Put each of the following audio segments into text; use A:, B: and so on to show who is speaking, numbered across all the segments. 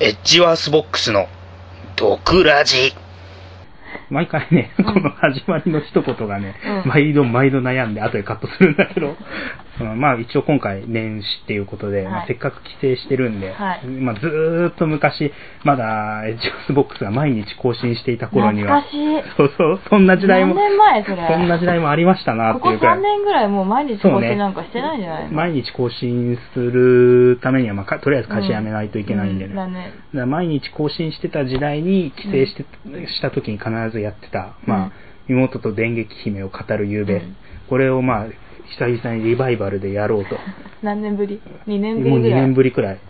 A: エッジワースボックスの毒ラジ。
B: 毎回ね、
C: うん
B: この始まりの一言がね、
C: うん
B: 毎度毎度悩んで後でカットするんだけど、うんまあ一応今回年始っていうことで、
C: はい
B: まあせっかく帰省してるんで、
C: はい
B: まあずーっと昔、まだエッジワースボックスが毎日更新していた頃には、
C: 懐かしい。
B: そうそう、そんな時代も、
C: 何年前それ
B: そんな時代もありましたな
C: こ
B: って
C: こ
B: いうくらい
C: 3年ぐらいもう毎日
B: そう
C: 更
B: ね
C: 新なんかしてないんじゃないの、
B: 毎日更新するためには、まあか、とりあえず会社辞めないといけないんでね。
C: うだね。
B: だから毎日更新してた時代に帰省して、した時に必ずやってた、まあ、
C: うん
B: 妹と電撃姫を語る夕べ、
C: うん
B: これをまあ、久々にリバイバルでやろうと。
C: 何年ぶり ?2 年ぶ
B: もう2
C: りぐらい。
B: 年ぶりくらい。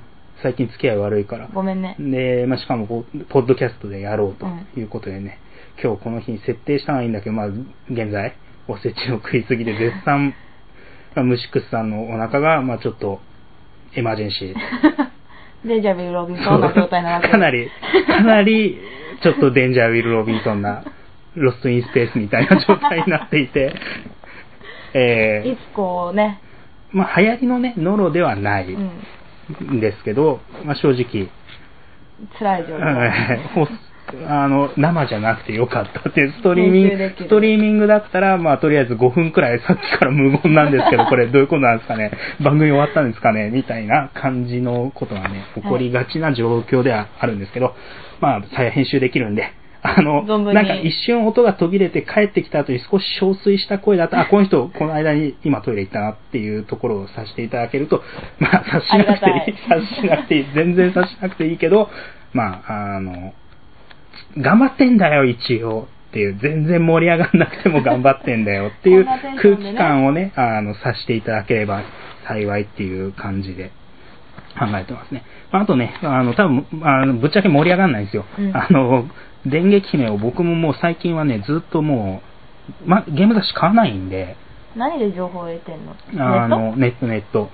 B: 最近付き合い悪いから。
C: ごめんね。
B: で、まあ、しかもこう、ポッドキャストでやろうと
C: うん
B: いうことでね、今日この日に設定したのはいいんだけど、まあ、現在、おせちを食いすぎて絶 賛、まあ、虫くさんのお腹が、まあ、ちょっと、エマージェンシー。
C: デジャビロビンソンの状態なわけ。
B: かなり、かなり、ちょっとデンジャー・ウィル・ロビンソンな、ロスト・イン・スペースみたいな状態になっていて、え
C: いつこうね、
B: ー、まあ、流行りのね、ノロではな
C: う
B: い
C: ん、
B: んですけど、まあ、正直、
C: 辛い状
B: う
C: 態。
B: んほあの、生じゃなくてよかった っていう、ストリーミング
C: 編集でき、る
B: ストリーミングだったら、まあ、とりあえず5分くらいさっきから無言なんですけど、こ れどういうことなんですかね、番組終わったんですかね、みたいな感じのことがね、起こりがちな状況ではあるんですけど、まあ、再編集できるんで、あの、
C: 存分に
B: なんか一瞬音が途切れて帰ってきた後に少し憔悴した声だと、あ、この人、この間に今トイレ行ったなっていうところを察していただけると、まあ、察しなくて
C: あ
B: い
C: り
B: い
C: がたい
B: 察しなくていい、全然察しなくていいけど、まあ、あの、頑張ってんだよ、一応。っていう、全然盛り上がんなくても頑張ってんだよっていう
C: こんなテンシ
B: 空
C: ョンでね
B: 気感をね、あの、察していただければ幸いっていう感じで考えてますね。まああとね、あの、多分あのぶっちゃけ盛り上がんないんですよ。
C: うん
B: あの、電撃姫を僕ももう最近はね、ずっともう、ま、ゲーム雑誌買わないんで、
C: 何で情報を得てんの
B: あ
C: ネッ
B: の、ネットネット。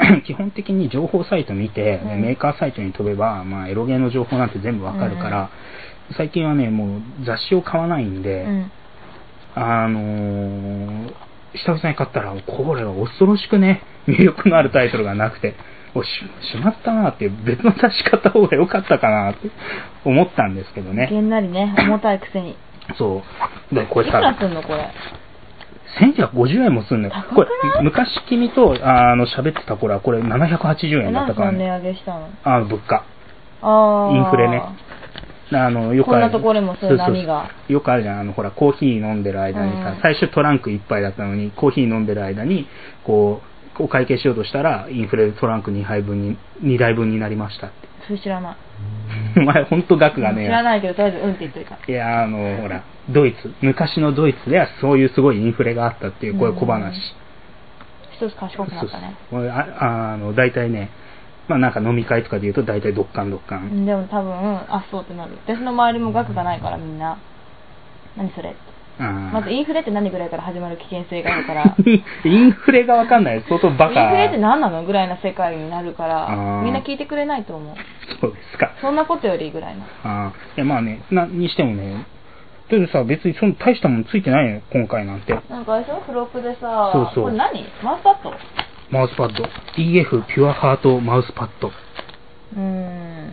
B: 基本的に情報サイト見て、
C: うん
B: メーカーサイトに飛べば、まあ、エロゲーの情報なんて全部わかるから、最近はね、もう雑誌を買わないん
C: ト
B: で、
C: うん。
B: あのー、久々に買ったら、これは恐ろしくね、 魅力のあるタイトルがなくて、おししまったなーって、別の雑誌買った方が良かったかなって思ったんですけどね。
C: げんなりね、重たいくせに。い
B: そう。で、こ
C: く
B: れさ、
C: らすんのこれ。
B: 1150円もすんのよ。
C: 高く
B: こ
C: ない
B: れ、昔君と、あの、喋ってた頃は、これ780
C: え、
B: 円だ
C: な
B: っ
C: ん
B: た
C: でそ
B: から
C: の値
B: ね。
C: 上げしたの
B: あ物価。
C: ああ。
B: インフレね。あの、よくある。
C: こんなところにもそういう波が
B: そうよくあるじゃん。あの、ほら、コーヒー飲んでる間にさ、
C: うん
B: 最初トランク一杯だったのに、コーヒー飲んでる間に、こう、お会計しようとしたら、インフレでトランク2杯分に、2台分になりましたって。
C: それ知らない。
B: お前、ほんと額
C: 知
B: がね。
C: らないけど、とりあえずうんって言っといた。
B: いや、あの、ほら、ドイツ、昔のドイツではそういうすごいインフレがあったっていう、こういう小話。
C: うん一つ賢くなったね。
B: そうそうああの大体ね、まあ、なんか飲み会とかで言うと大体ドッカンドッカ
C: う
B: ン、
C: んでも多分、あ、そうってなる。私の周りも額がないからみんな、何それって。
B: あー
C: まずインフレって何ぐらいから始まる危険性があるから、
B: インフレがわかんない相当バカ
C: インフレって何なのぐらいな世界になるか
B: あ
C: ら
B: ー、
C: みんな聞いてくれないと思う。
B: そうですか
C: そんなことよりぐらいの。
B: あーいやまあねなにしてもねというさ別にその大したもんついてないよ今回なんて
C: なんかあれでしょフロップでさ、
B: そうそう
C: これ何マスタット
B: マウスパッド EF ピュアハートマウスパッド
C: うーん。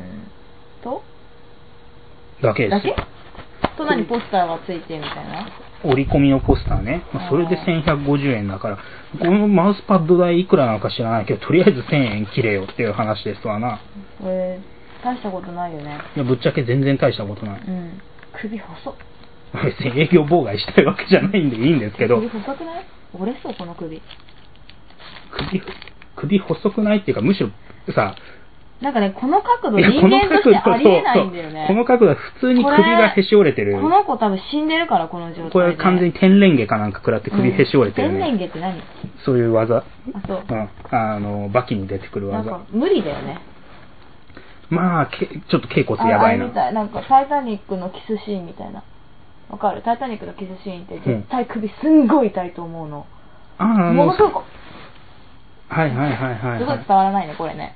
C: と
B: だけで
C: だ
B: す
C: け
B: よ
C: と何ポスターがついてみたいな。
B: 折り込みのポスターね、まあそれで
C: あ
B: 1150円だからこのマウスパッド代いくらなのか知らないけどとりあえず1000円切れよっていう話ですわな
C: これ、大したことないよね。
B: いやぶっちゃけ全然大したことない
C: うん。首細っ。
B: 別に営業妨害したいわけじゃないんでいいんです けど
C: 首、細くない折れそう、この首。
B: 首、首細くないっていうか、むしろさ、
C: なんかね、この角度
B: いや
C: 人間としてありえないんだよね。
B: この角度は普通に首がへし折れてる。
C: この子多分死んでるから、この状態で。
B: これ完全に天蓮華かなんか食らって首へし折れてる、
C: うん天然
B: ね
C: 芸って何
B: そういう技。
C: あ、そう
B: う。ん。あの、バキに出てくる
C: なんか
B: 技。、
C: 無理だよね。
B: まあ、けちょっと頸骨や
C: ああ
B: ば
C: れ
B: い
C: みた
B: な。
C: い。なんか、タイタニックのキスシーンみたいな。わかるタイタニックのキスシーンって絶対首すんごい痛いと思うの。
B: ああの、
C: もの
B: はい
C: すごく、
B: はいはいはい、
C: すご
B: はいい。
C: 伝わらないね、これね。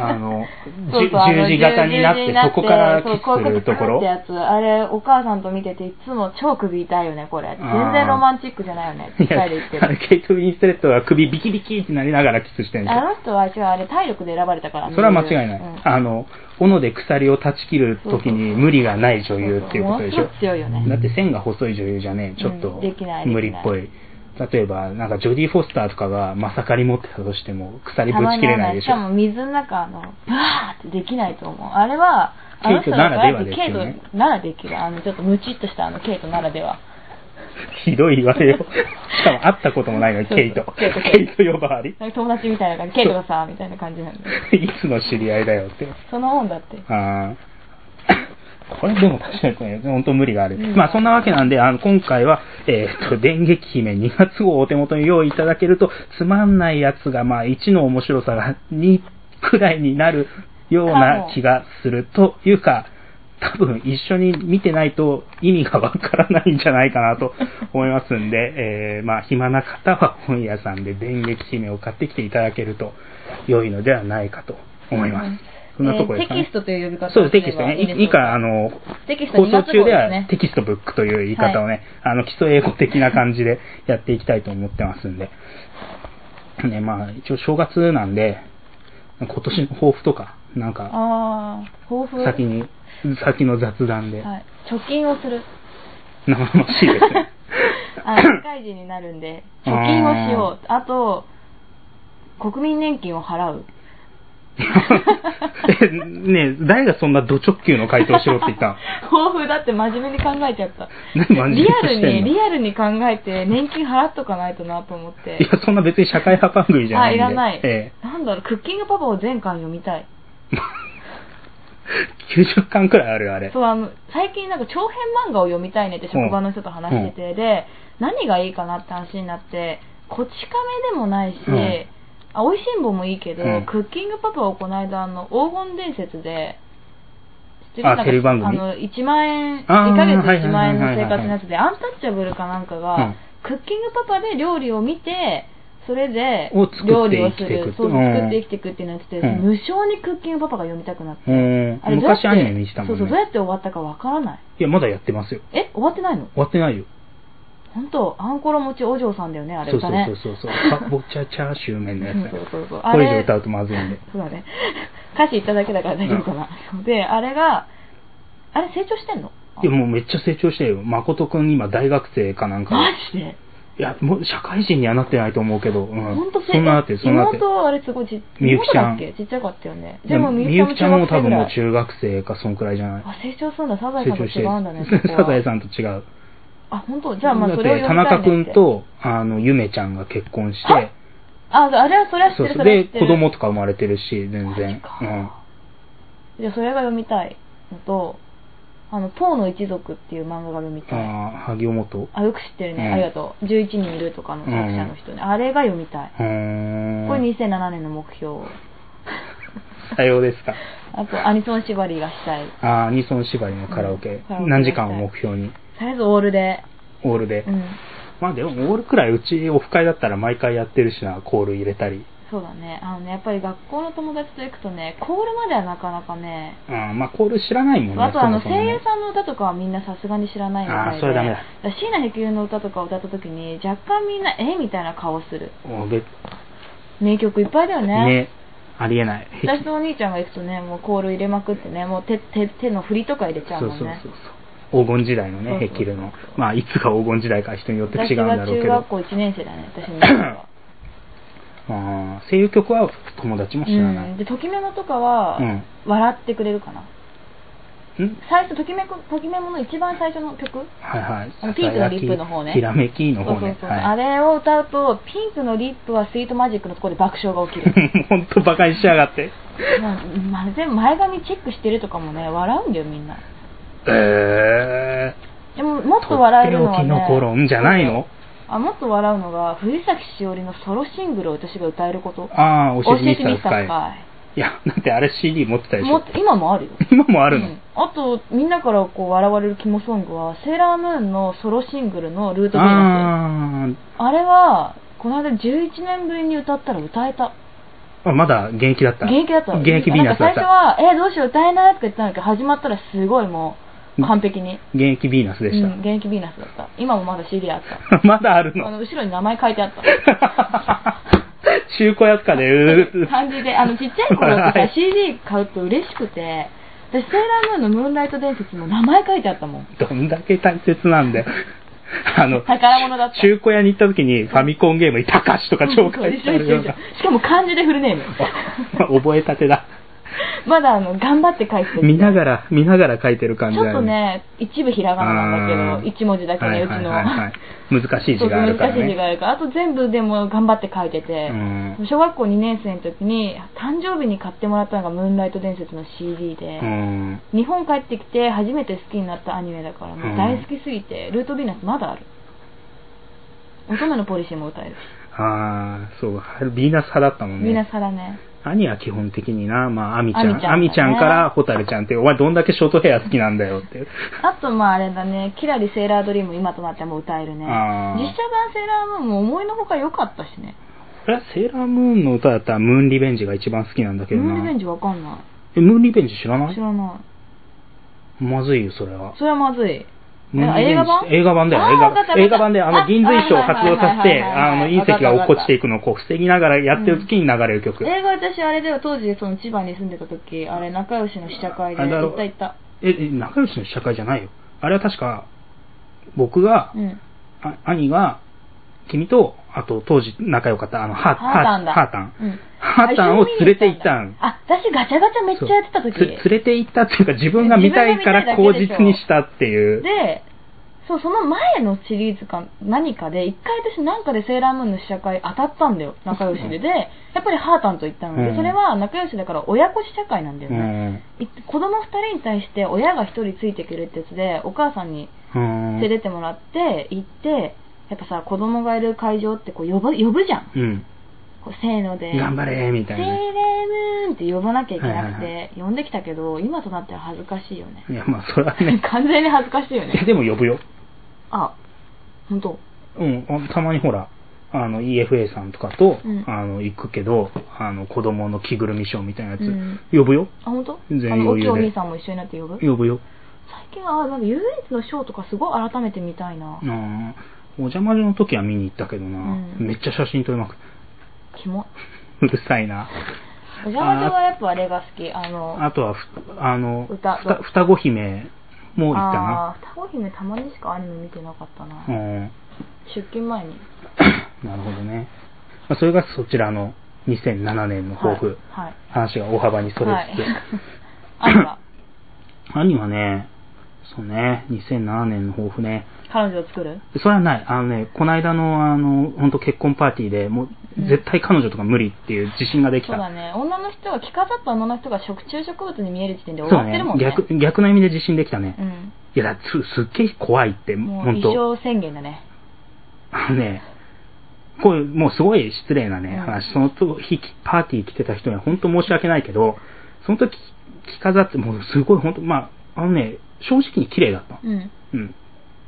B: あの
C: そうそうあの
B: 十字型になって
C: 十字
B: そこからキス
C: そうこういう
B: するところ
C: ってやつ。あれ、お母さんと見てていつも超首痛いよね、これ。
B: あー
C: 全然ロマンチックじゃないよね、
B: い
C: 二
B: や、
C: 人で言ってる。
B: ケイト・ウィンスレットは首ビキビキってなりながらキスしてるんですよ
C: あの人は違う、あれ体力で選ばれたから。
B: それは間違いない。
C: うん
B: あの、斧で鎖を断ち切る時に無理がない女優っていうことでしょ
C: ものすごく強いよね
B: だって線が細い女優じゃねちょっ
C: うん
B: と
C: できない
B: 無理っぽい例えばなんかジョディ・フォスターとかがまさかり持ってたとしても鎖ぶ
C: たま
B: ち
C: に
B: 切れないでし
C: しか
B: ょ
C: も水の中のブワーってできないと思うあれはあの
B: ケ
C: 人
B: イトならではですよね
C: ケイトならできるあのちょっとムチっとしたあのケイトならでは
B: ひどい言われ よしかも会ったこともないのに
C: そう
B: ケイト
C: ケイト
B: ケイト呼ばわり
C: なんか友達みたいな感じケイトがさみたいな感じなんだよ
B: いつの知り合いだよって
C: そのもんだって
B: あーこれでも確かにこれ本当無理がある。
C: うん
B: まあそんなわけなんで、あの今回は、えーっと、電撃姫2月号をお手元に用意いただけると、つまんないやつが、まあ1の面白さが2くらいになるような気がするというか、多分一緒に見てないと意味がわからないんじゃないかなと思いますんで、えーまあ暇な方は本屋さんで電撃姫を買ってきていただけると良いのではないかと思います。
C: うん
B: そんなとこですかね。
C: えーテキストという呼び方を
B: そうです、テキスト
C: すればいいでし
B: ね。
C: ょう
B: いいから、あの、
C: テキスト
B: 放
C: 2
B: 送
C: 月
B: 中
C: 号
B: で
C: です
B: は
C: ね
B: テキストブックという言い方をね、あの、基礎英語的な感じでやっていきたいと思ってますんで。ね、まあ、一応正月なんで、今年の抱負とか、なんか、
C: ああ抱負
B: 先に、先の雑談で、
C: はい、貯金をする
B: 生々しいです ね。
C: あ社会人になるんで貯金をしようあと国民年金を払う
B: えね誰がそんなド直球の回答しろって言ったの
C: 抱負だって真面目に考えちゃった
B: 何真面目にし
C: リアル
B: てん
C: に
B: の
C: リアルに考えて年金払っとかないとなと思って
B: いや、そんな別に社会派番組じゃな
C: あ
B: いん
C: い
B: で。
C: らない、
B: ええ
C: なんだろうクッキングパパを全巻読みたい
B: 90巻くらいあるよ、あれ。
C: そうあの最近なんか長編漫画を読みたいねって職場の人と話してて、で何がいいかなって話になって「こち亀」でもないし、
B: うん
C: あおいしんぼもいいけど、
B: うん
C: クッキングパパをこの間あの黄金伝説で知って
B: あ
C: るなんか
B: テレビ番組
C: あの1万円
B: あー
C: 1
B: は
C: ヶ月
B: いはいはいはい
C: 1万円の生活のやつでアンタッチャブルかなんかが、
B: うん
C: クッキングパパで料理を見てそれで
B: を作って
C: 料理をす
B: 生きていく
C: るそう
B: うん
C: 作って生きていくっていうのやってて、
B: うん
C: 無性にクッキングパパが読みたくなって
B: うん
C: あれどうやっ
B: 昔
C: て
B: アニメ見てたも
C: そ
B: ん
C: うそう、どう
B: ね。
C: やって終わったかわからない。
B: いや、まだやってますよ。
C: え、終わってないの
B: 終わってないよ。
C: 本当あんころ餅お嬢さんだよね、あれ
B: そうそ
C: 歌
B: う
C: ね。
B: そう そう。かぼちゃチャーシュー麺のやつだ
C: そう
B: よ。
C: そうそう。あ
B: これ以上
C: れ、
B: 歌うとまずいんで。
C: そうだね。歌詞言っただけだから大丈夫かな。で、あれが、あれ成長してんの
B: いや、もうめっちゃ成長してるよ。誠くん今大学生かなんか。
C: マジで
B: いや、もう社会人にはなってないと思うけど。うん。
C: 本当成長
B: そんななってる、そんななってる。
C: 妹、あれすごいち、
B: みゆきちゃん
C: 妹だっけちっちゃかったよね。
B: で
C: で
B: も
C: も、
B: み
C: み
B: ゆ
C: ゆ
B: き
C: き
B: ち
C: ち
B: ゃ
C: ゃ
B: ん
C: ん
B: も
C: も
B: 多
C: 小学生
B: 分
C: ぐ
B: も
C: らいう
B: 中学生か、そんくらいじゃない。
C: あ、成長するんだ。サザエ
B: 成
C: さんと
B: 長して
C: 違うんだね。
B: る。サ
C: そこは
B: ザエさんと違う。
C: あ、本当じゃあ、まあ、
B: だっ
C: それを
B: て、田
C: 読みたい
B: 中
C: ね
B: くん
C: って。
B: と、あの、ゆめちゃんが結婚して、
C: ああ、あれは、それは知って
B: そうそ
C: る、
B: う。
C: それは
B: で、
C: 知って
B: 子
C: る。
B: 供とか生まれてるし、全
C: マジ
B: 然
C: か。
B: うん。
C: じゃあそれが読みたいのと、あの、ポーの一族っていう漫画が読みたい。あ
B: ああ、萩尾元
C: よく知ってるね、
B: うん
C: ありがとう。11人いるとかの作者の人ね。あれが読みたい。
B: うーん
C: これ2007年の目標。
B: さようですか。
C: あと、アニソン縛りがしたい。
B: あーアニソン縛りのカラオケ。
C: カラオケ
B: 何時間を目標に、
C: とりあえずオールで。
B: オールで。
C: うん。
B: まあでも、オールくらい、うちオフ会だったら毎回やってるしな、コール入れたり。
C: そうだね。あのね、やっぱり学校の友達と行くとね、コールまではなかなかね、
B: あーまあコール知らないもんね。
C: あとあの
B: そもそも
C: 声
B: ね
C: 優さんの歌とかはみんなさすがに知らないみたいで
B: あーそれダメだ
C: から椎名碧優の歌とかを歌った時に若干みんなえみたいな顔する
B: おべ
C: 名曲いっぱいだよ
B: ね、ありえない。
C: 私のお兄ちゃんが行くとね、もうコール入れまくってね、もう手手手の振りとか入れちゃう
B: そう
C: もん
B: そう
C: ね
B: そ。うそう。黄金時代の
C: そうそ
B: ね、
C: うそう
B: 壁ルの。まあ、いつが黄金時代か人によって違うん
C: 私
B: だ
C: は
B: ろう
C: 中
B: けど
C: 学。校1年生だね、私の兄ちゃんは。
B: あー声優曲は友達も知らな
C: うん、
B: い。
C: で、ときめもとかは、
B: うん
C: 笑ってくれるかな。
B: うん
C: 最初、ときめくときめもの一番最初の曲
B: はいはい。
C: あのピンクのリップの方
B: ささや
C: ね
B: きひらめきの方ね。
C: そうそうそう、
B: はい
C: あれを歌うと、ピンクのリップはスイートマジックのところで爆笑が起き る。
B: 本当バカにしやがって。
C: まあ、まるで前髪チェックしてるとかもね、笑うんだよ、みんな。
B: え
C: でも、もっと笑えるのは、ね。
B: とっておきの頃んじゃないの
C: あもっと笑うのが藤崎しおりのソロシングルを私が歌えること
B: ああ、おしりミスター
C: ミスター
B: 深い。いや、だってあれ CD 持ってたでし
C: も
B: ょ
C: っ。と今もあるよ
B: 今もあるの、
C: うんあとみんなからこう笑われる肝ソングはセーラームーンのソロシングルの「ルートビーナス
B: あー」
C: あれはこの間11年ぶりに歌ったら歌えた
B: あ、まだ現役だった。
C: 現役だったの
B: 現役ビーナスだ
C: な
B: っ
C: んか最初
B: た。
C: は「えどうしよう歌えない」とか言ってたんだけど始まったらすごいもう完璧に、
B: 現役ビーナスでし
C: う ん現役ビーナスだった今もまだ CD あった
B: た。まだある
C: あの
B: の。
C: 後ろに名前書いてあった
B: 中古安かで、うー
C: 感じで、あの、ちっちゃい頃ってさ、CD 買うと嬉しくて、私、セーラームーンのムーンライト伝説も名前書いてあったもん。
B: どんだけ大切なん だよ。あの、
C: 宝物だった。
B: 中古屋に行った時にファミコンゲームにたかしとか紹介してあるよう
C: し
B: な。
C: かも漢字でフルネーム。
B: 覚えたてだ。
C: まだあの、頑張って書いてる。
B: 見ながら、見ながら書いてる感じ
C: ちょ
B: だ
C: っと
B: よね。
C: ね、一部ひらがななんだけど、一文字だけ
B: は
C: ね、
B: いう
C: ち
B: はい
C: の。
B: はいはい難しい字
C: そう
B: があ
C: 難し
B: るから
C: い字が
B: ね。
C: あるから。あと全部でも頑張って書いてて
B: う。ん
C: 小学校2年生の時に、誕生日に買ってもらったのがムーンライト伝説の CD で。
B: うん
C: 日本帰ってきて初めて好きになったアニメだからもう大好きすぎて、ルートヴィーナスまだある乙女のポリシーも歌える
B: ああ、そう、ビーナス派だったもん
C: ヴィーナス
B: ね。
C: 派だね
B: 兄は基本的にな、まあ、アミちゃ
C: アミち
B: ん、
C: ゃんだ
B: ア
C: ね
B: ミちゃんからホタルちゃんって、お前どんだけショートヘア好きなんだよって。
C: あとまああれだねキラリセーラードリーム今となってはもう歌えるね実写
B: あー
C: 版セーラームーンも思いのほか良かったしね
B: 俺はセーラームーンの歌だったら、ムーンリベンジが一番好きなんだけど
C: ムー
B: な。
C: ンリベンジわかんな
B: え、ムーンリベンジ知らないい
C: 知らな。
B: まずいよ、それはい
C: それはまずい
B: ムーンリベンジ
C: 映画版
B: 映画版だ
C: あ
B: よ、
C: ー
B: 映画
C: わかった
B: 版。
C: わかった
B: 映画版で、あ
C: あ
B: の、銀髄賞を発動させて、
C: はい
B: あ
C: はいはいはい
B: の、隕石が落っこちていくのをこう、防ぎながらやってる時に流れる曲。
C: 映画私あれだよ当時その千葉に住んでた時あれ仲良しの試写会で
B: あだろ
C: 行った行った
B: え、え仲良しの試写会じゃないよ。あれは確か、僕が、
C: うん
B: あ兄が、君と、あと、当時仲良かった、あの、ハ
C: ハータンだ
B: ハータン。
C: うん
B: ハータンを連れて行ったん。
C: あ私ガチャガチャめっちゃやってた時
B: そうつ連れて行ったっていうか、自分が見たいから口実にしたっていう。
C: で、そう、その前のシリーズか何かで、一回私なんかでセーラームーンの試写会当たったんだよ、仲良しで。で、やっぱりハータンと行ったので、
B: うん
C: それは仲良しだから親子試写会なんだよ
B: う
C: ね。
B: ん。
C: い子供二人に対して親が一人ついてくるってやつで、お母さんに
B: うん。
C: 連れてってもらって、行って、やっぱさ、子供がいる会場ってこう呼ぶ、呼ぶじゃん。
B: うん。
C: こうせーので。
B: 頑張れみたい
C: セー
B: な
C: ラー
B: ね。
C: ムーンって呼ばなきゃいけなくて、
B: はいは
C: 呼んできたけど、今となっては恥ずかしいよね。
B: いや、まあ、それはね。
C: 完全に恥ずかしいよね
B: え。 でも呼ぶよ。
C: あ、本当。
B: うん、あたまにほら、あの、EFA さんとかと、
C: うん
B: あの、行くけど、あの、子供の着ぐるみショーみたいなやつ、
C: うん
B: 呼ぶよ。
C: あ、本当？
B: 全然
C: あの、大
B: 余裕
C: きい
B: で
C: お兄さんも一緒になって呼ぶ
B: 呼ぶよ。
C: 最近は、あなんか唯一のショーとかすごい改めて見たいな
B: う。んお邪魔女の時は見に行ったけどな、
C: うん
B: めっちゃ写真撮れまくる。
C: キモ。
B: うるさいな。
C: お邪魔女はやっぱあれが好き。あの、
B: あとはふ、あの、ふ
C: 歌
B: た双子姫も行った
C: あ
B: な。
C: ー双子姫たまにしかアニメ見てなかったな。
B: うん。
C: 出勤前に。
B: なるほどね。まあ、それがそちらの2007年の抱負。
C: はい。
B: 話が大幅にそれ
C: は
B: つ
C: い
B: つ。。
C: あんた、
B: 兄はね、そうね、2007年の抱負ね。
C: 彼女を作る
B: それはない。あのね、この間の、あの、本当結婚パーティーでも
C: うん
B: う、絶対彼女とか無理っていう自信ができ
C: そうだ
B: た。
C: ね。女の人は、着飾った女の人が食虫植物に見える時点で終
B: そう
C: わって
B: ね
C: るもんね。
B: 逆、逆な意味で自信できたね
C: う。ん。
B: いや、だすすっげえ怖いって、
C: もう
B: 本
C: 一
B: 当
C: 生宣言だね。
B: あのね、こういう、もうすごい失礼なね、
C: うん
B: 話。その日、パーティー来てた人には本当申し訳ないけど、その時、着飾って、もうすごい本当、まあ、あのね、正直に綺麗だった。
C: うん。
B: うん。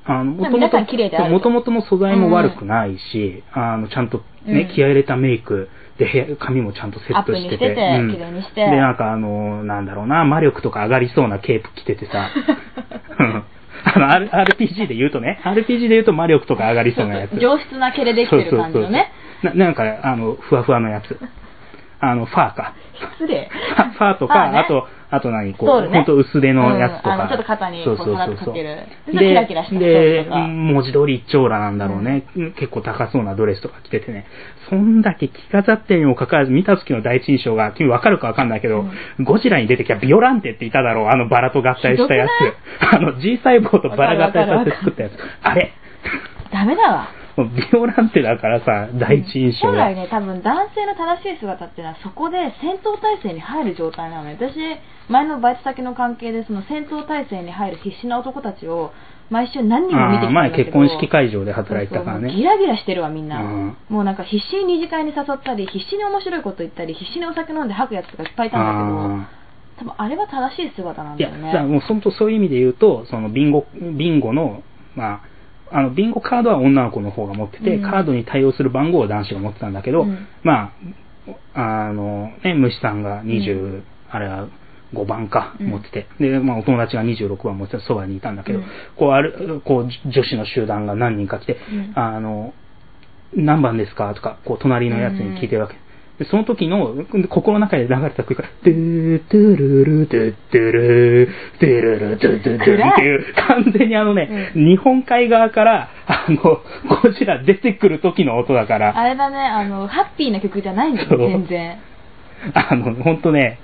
B: あの、
C: ま
B: 元
C: あ
B: 々
C: 皆さん綺麗であると
B: そう元々の素材も悪くないし、あの、ちゃんとね、
C: うん
B: 気合い入れたメイクで、部屋髪もちゃんとセットしてて。
C: アップにしてて
B: うん
C: 綺麗にして
B: で、なんかあの、なんだろうな、魔力とか上がりそうなケープ着てて さ。うんあの、R- RPG で言うとね、RPG で言うと魔力とか上がりそうなやつ。
C: 上質な毛でできてる感じのね。
B: そうそうそうそうななんか、あの、ふわふわのやつ。あの、ファーか。
C: 失礼。
B: ファファーとか、
C: ね
B: あと、あと何、こ
C: そう
B: う、
C: ね
B: ほんと薄手のやつとか。
C: うんあのちょっと肩にこ
B: そううそう
C: さ
B: そ
C: らっ
B: う
C: と
B: そ
C: か
B: う。
C: ける
B: で
C: ちょっとキラキラしたや
B: で
C: つとか
B: 文字通り一丁羅なんだろうね、結構高そうなドレスとか着ててね。そんだけ着飾ってにもかかわらず、見た時の第一印象が、君わかるかわかんないけど、ゴジラに出てきたビオランテっていただろう、あのバラと合体したや
C: ひど
B: つ。あの G 細胞とバラ合体させて作ったやつ。あれ
C: ダメだわ。
B: もうビオランテだからさ、第一印象
C: 本
B: が。
C: 来ね、多分男性の正しい姿っていうのはそこで戦闘態勢に入る状態なのね。私、前のバイト先の関係でその戦闘態勢に入る必死な男たちを毎週何人も見て
B: あ
C: きた
B: ー
C: んだけ
B: 前
C: ど
B: 結婚式会場で働いてたから
C: そうそうもうギ
B: ね。
C: ラギラしてるわ、みんな。
B: うん
C: もうなんか必死に二次会に誘ったり、必死に面白いこと言ったり、必死にお酒飲んで吐くやつとかいっぱいいたんだ
B: あー
C: けど、多分あれは正しい姿なん
B: い
C: だ
B: や、
C: よ
B: じゃあ
C: ね。
B: もう本当そういう意味で言うと、そのビンゴ、ビンゴの、まあ、あの、ビンゴカードは女の子の方が持ってて、
C: うん
B: カードに対応する番号を男子が持ってたんだけど、
C: うん
B: まあ、あの、ね、虫さんが20、
C: うん
B: あれは、5番か、
C: うん
B: 持ってて。で、まあ、お友達が26番持ってて、そばにいたんだけど、
C: うん
B: こう、ある、こう、女子の集団が何人か来て、
C: うん
B: あの、何番ですかとか、こう、隣のやつに聞いてるわけ。でその時の、心の中で流れた曲が、ドゥー、ドゥルル、ドゥドゥルー、ドゥルル、ドゥドゥドゥルっていう、完全にあのね、日本海側から、あの、ゴジラ出てくる時の音だから、
C: あれだね、あの、ハッピーな曲じゃないんだよ、
B: そう
C: 全然。
B: あの、ほんとね、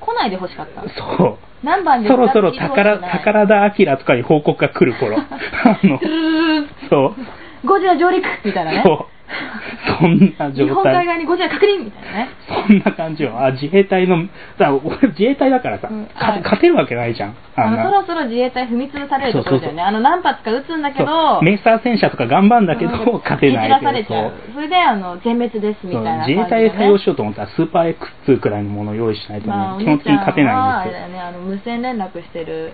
C: 来ないで欲しかった。
B: そう。
C: 何番です
B: そ
C: か
B: ろそろ
C: って言いそうじゃ
B: 宝
C: ない
B: 宝田明とかに報告が来る頃。あの
C: ト、ゥルルル
B: そう、
C: ゴジラ上陸みたいなね。
B: そう。そんな
C: 日
B: 状
C: 本海
B: 態。
C: 側にゴジラ確認みたいなね。
B: そんな感じよ。あ、自衛隊の、だ俺自衛隊だからさ、
C: うん
B: か
C: はい
B: 勝てるわけないじゃん。
C: あ
B: ん
C: の、
B: な
C: そろそろ自衛隊踏み潰されるところだよね。あの、何発か撃つんだけ
B: そ
C: ど
B: う、メーサー戦車とか頑張んだけど、
C: うん
B: 勝てない
C: 蹴
B: とい
C: 散らされ
B: う
C: ちゃう。それで、あの、全滅です
B: そ
C: みた
B: う
C: いな感
B: 自
C: じ、ね。
B: 衛隊で対応しようと思ったら、スーパー X2 くらいのものを用意しないと、ね
C: まあ、お
B: 基本
C: 兄
B: 的
C: ち
B: に
C: ゃん
B: 勝て
C: は、
B: な
C: あ
B: いんで
C: れ
B: すよ
C: だ。ね、あの、無線連絡してる、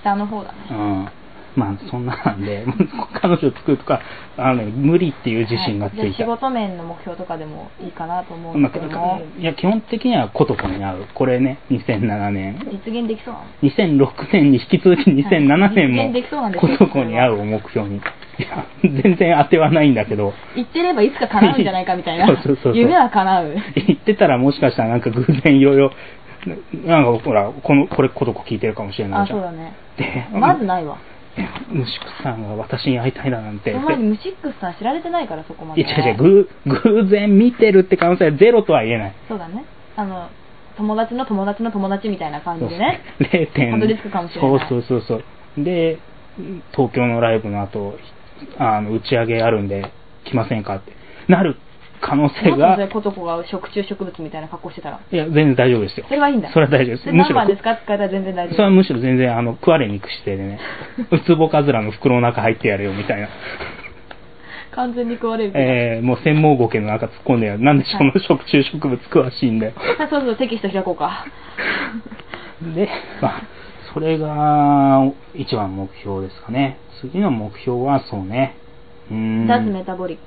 C: 下の方だね。
B: うんまあ、そんななんで、 彼女作るとか、あのね無理っていう自信がつ
C: はいいじ
B: た。
C: ゃあ仕事面の目標とかでもいいかなと思うん
B: ま
C: だ
B: あ
C: けど
B: か
C: も、
B: いや基本的にはコトコに合う。これね、2007年。
C: 実現できそうなの
B: 2006年に引き続き2007年
C: 実現できそうなん
B: も
C: です
B: コ
C: よ
B: トコに合うを目標に。いや、全然当てはないんだけど、
C: 言ってればいつか叶うんじゃないかみたいな
B: そうそうそうそう
C: 夢は叶う
B: 言ってたらもしかしたらなんか偶然いろいろ、ななんかほら、この、これコトコ聞いてるかもしれな
C: あ
B: いじゃん。
C: そうだね
B: で、
C: まずないわ
B: 虫草さんが私に会いたいだなん
C: そ
B: て。
C: の前にムシックスさん知られてないからそこま
B: い
C: で
B: や違う違う、偶偶然見てるって可能性はゼロとは言えない。
C: そうだねあの友達の友達の友達みたいな感じでね
B: そうそう0点。
C: たどり着くかもしれない
B: そうそうそうそう。で、東京のライブの後、あの、打ち上げあるんで、来ませんかって。なる可能性
C: もっとそれ
B: が、
C: コトコが食虫植物みたいな格好してたら
B: いや、全然大丈夫ですよ
C: そ。れはいいんだ
B: それは大丈夫です
C: それ
B: むしろ
C: 何番ですかって聞かれたら全然大
B: そ
C: 丈
B: れは
C: 夫
B: むしろ全然、あの、食われに行く姿勢 でね、ウツボカズラの袋の中入ってやれよ、みたいな。
C: 完全に食われる、
B: えー、もう専門ゴケの中突っ込んでやる。なんでその食虫植物詳しいんだよ。
C: あそうそうテキスト開こうか
B: で、まあ、それが一番目標ですかね。次の目標はそうね。うーん。
C: 脱メタボリック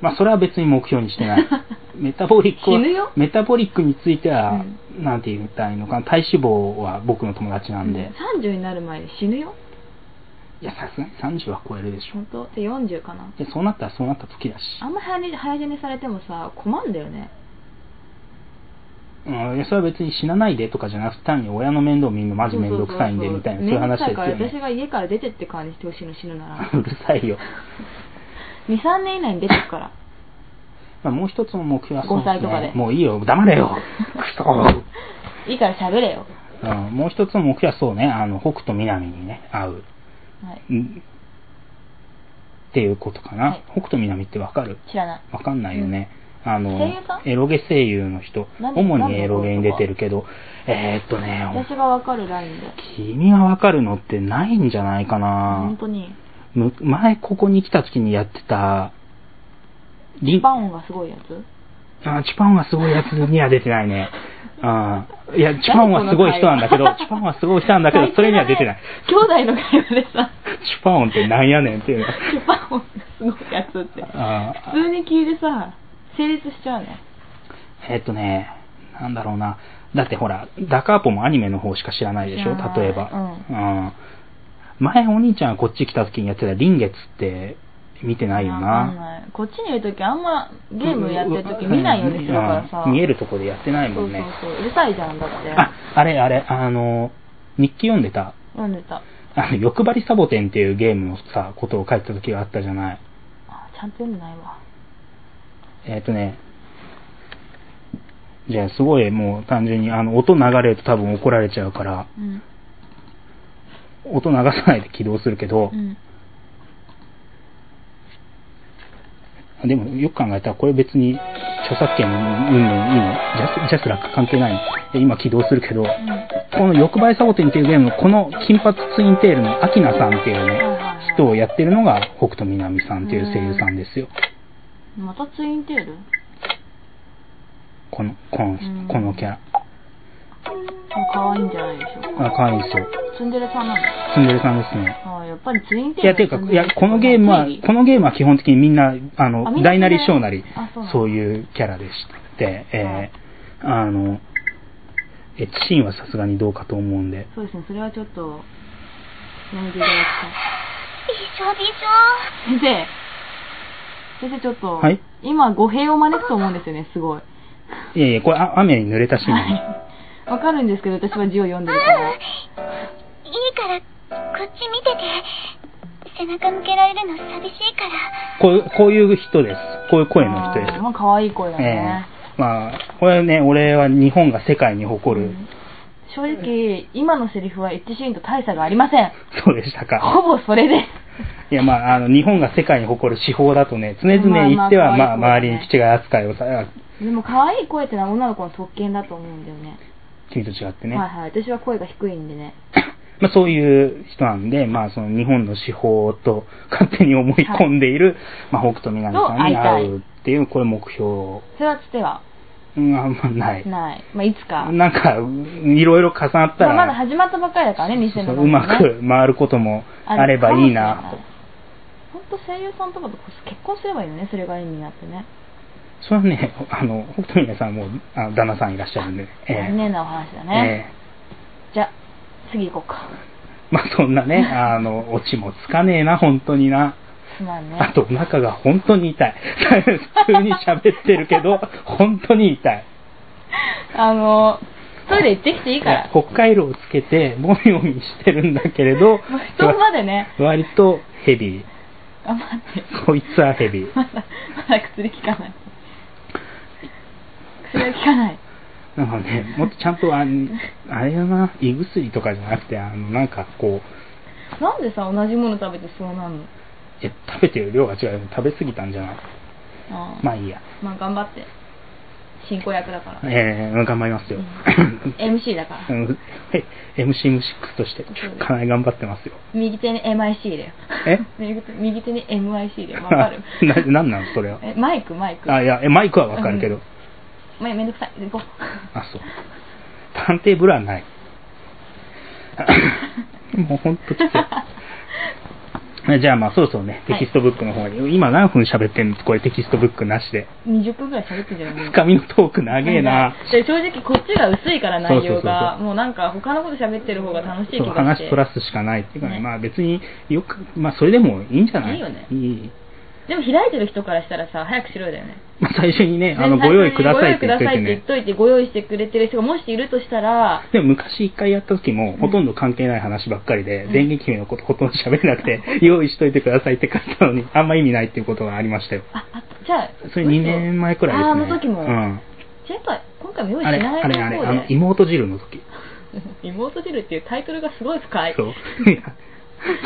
B: まあ、それは別に目標にして ない。メタボリック
C: 死ぬよ
B: は、メタボリックについては、
C: う
B: なんて言ったらいいのかな、体脂肪は僕の友達なんで、
C: 30になる前に死ぬよ
B: いや、さすがに30は超えるでしょ。
C: 本当で40かな
B: で、そうなったらそうなった時だし。
C: あんま早寝早死にされてもさ困んだよね
B: うん、いやそれは別に死なないでとかじゃなくて、単に親の面倒見るのマジめんどくさいんでみたいな、そういう話ですよ
C: めんどくさいから私
B: ね。
C: が家から出てって感じしてほしいの死ぬなら
B: うるさいよ。
C: 23年以内に出てくから
B: まあ、もう一つの目標はそう
C: 5歳とかで
B: もういいよ、黙れよ。くそ。
C: いいから喋れよ、
B: うん、もう一つの目標はそうね、あの、北と南にね、会う。
C: はい、
B: んっていうことかな。
C: はい
B: 北斗南ってわかる
C: 知らない
B: わかんないよね。あの
C: 声優さ、ん
B: エロゲ声優の人。
C: 何
B: 主にエロゲに出てるけど、えー、っとね、
C: 私がわかるラインで
B: 君がわかるのってないんじゃないかな
C: 本。当に
B: む前ここに来た時にやってた、リ
C: 一般音がすごいやつ
B: あチパンはすごいやつには出てないね。あいや、チパンはすごい人なんだけど、チパンはすごい人なんだけど、それには出てない。
C: 兄弟の会話でさ
B: チパンってなんやねんっていうの。
C: 一般音がすごいやつって
B: あー
C: 普通に聞いてさ成立しちゃうね
B: えっとね、なんだろうな。だってほら、ダカーポもアニメの方しか知らないでしょ
C: 知らない
B: 例えば、うん。前お兄ちゃんがこっち来た時にやってた臨月って見てないよ
C: わかん
B: な。
C: ないこっちにいるときあんまゲームやってるとき見ないようにするからさ
B: うん見えるとこでやってない
C: そ
B: も
C: うんそ
B: ね
C: う。そううるさいじゃんだって
B: あ、あれあれ、あの、日記読んでた。
C: 読んでた
B: あの、欲張りサボテンっていうゲームのさ、ことを書いてた時があったじゃない。
C: あちゃんと読んでないわ
B: えっ、とね、じゃあすごいもう単純にあの音流れると多分怒られちゃうから、
C: うん
B: 音流さないで起動するけど
C: う、ん
B: でもよく考えたらこれ別に著作権うんうんいいのジャスジャスラック関係ないので今起動するけど、
C: うんはい
B: この欲張りサボテンっていうゲームのこの金髪ツインテールのアキナさんっていう
C: はい
B: ね、
C: はい
B: 人をやってるのが北斗南さんっていう声優さんですよ。
C: またツインテール
B: この、この
C: うん、
B: このキャラ。
C: あ可愛いんじゃないでしょうか
B: あ、可愛いですよ。
C: ツンデレさんなんだ
B: ツンデレさんですね。
C: あやっぱりツインテー
B: い
C: ル
B: や、ていうか、いや、このゲームは、このゲームは基本的にみんな、あ
C: あ
B: の、
C: みんな
B: 大なり小なり
C: あそうなんだ、
B: そういうキャラでして、えーあの、エッチシーンはさすがにどうかと思うんで、
C: そうですねそれはちょっと やめていただきたい
D: びしょびしょ
C: 先生先生ちょっと、
B: はい
C: 今語弊を招くと思うんですよねすごい
B: いやいや、これあ雨に濡れたシーンなんで
C: はい わかるんですけど私は字を読んでるから
D: いいから、こっち見てて。背中向けられるの寂しいから。
B: こういう、こういう人です。こういう声の人です。
C: あーまあ可愛い声だ
B: え
C: ね、
B: えまあ、これね、俺は日本が世界に誇る、
C: 正直今のセリフはエッチシーンと大差がありません
B: そうでしたか。
C: ほぼそれで
B: い
C: す
B: や、まあ、あの、日本が世界に誇る手法だとね、常々
C: まあまあ
B: 言っては、まあ、
C: まあ
B: 周りに気違い扱いをさ、
C: でも可愛い声ってのは女の子の特権だと思うんだよね
B: 君と違ってね。
C: はいはい私は声が低いんでね
B: まあ、そういう人なんで、まあ、その日本の手法と勝手に思い込んでいる、まあ、北斗南さんに会うっていう、これ目標、
C: それはつては
B: うん、あんまない。
C: ない、まあ、いつか、
B: なんか、うんいろいろ重なった
C: まあ、
B: ら、
C: まだ始まったばっかりだからね
B: そう
C: 2007年、ね、
B: うまく回ることもあればいいなと。
C: 本当声優さんとかと結婚すればいいよねそれが意味になってね
B: それはね、あの、北斗宮さんも、あの旦那さんいらっしゃるんで、ええ
C: 残念なお話だね、じゃあ次行こうか
B: ええ まあそんな ね、あの、オチもつかねえな、本当にな。
C: すまん ね
B: あと、お腹が本当に痛い。 普通に喋ってるけ ど、本当に痛い。
C: あのトイレ行ってきていいから
B: 北海道をつけて、もみもみしてるんだけれど、
C: もう布団までね
B: 割とヘビー。
C: あ待って
B: こいつはヘビー。
C: まだまだ薬効かない薬が効かない
B: なんかね、もっとちゃんとあん、あれだな、胃薬とかじゃなくて、あの、なんかこう、
C: なんでさ同じもの食べてそうなるの
B: いや食べてる量が違う。食べ過ぎたんじゃない
C: あー
B: まあいいや。
C: まあ頑張って進行役だから、
B: えー、頑張りますよ。
C: MC だから、
B: うんはい、MCM6 として、かなり頑張ってますよ。
C: 右手に MIC だよ
B: え
C: 右手右手に MIC だよわかる
B: な、なんなのそれは。
C: えマイクマイク
B: あ、いや、えマイクはわかるけど。
C: うんまめんどくさい行こう
B: あ、そう。探偵ブラ ない。もうほんときつい。じゃあまあそろそろね、テキストブックの方に、今何分喋ってんのこれテキストブックなしで。
C: 20分ぐらい喋ってんじゃないもう
B: 深みのトーク長えな。
C: で正直こっちが薄いから内容
B: そうそうそう
C: が
B: そう
C: もうなんか他のこと喋ってる方が楽しい気
B: そ
C: が
B: う
C: して
B: 話プラスしかないっていうかね、
C: ね
B: まあ別によく、まあそれでもいいんじゃない
C: いいよね
B: いい
C: でも開いてる人からしたらさ早くしろよだよね
B: まあ最初にね、あの、
C: ね
B: ご用意くださいって言っといて
C: ご用意くださいって言
B: ね
C: っ。といてご用意してくれてる人がもしいるとしたら
B: でも昔一回やった時も、ほとんど関係ない話ばっかりで、
C: うん
B: 電撃姫のことほとんど喋れなくて、用意しといてくださいって書いたのに、あんま意味ないっていうことがありましたよ。
C: ああとじゃあ
B: それ2年前くらいですね。
C: ああの時も、
B: うん。
C: じゃあやっぱ今回も用意し
B: あれ、
C: ない
B: あ
C: 方
B: れ、
C: で
B: あれ、あの、妹汁の時。
C: 妹汁っていうタイトルがすごい深い
B: そう。いや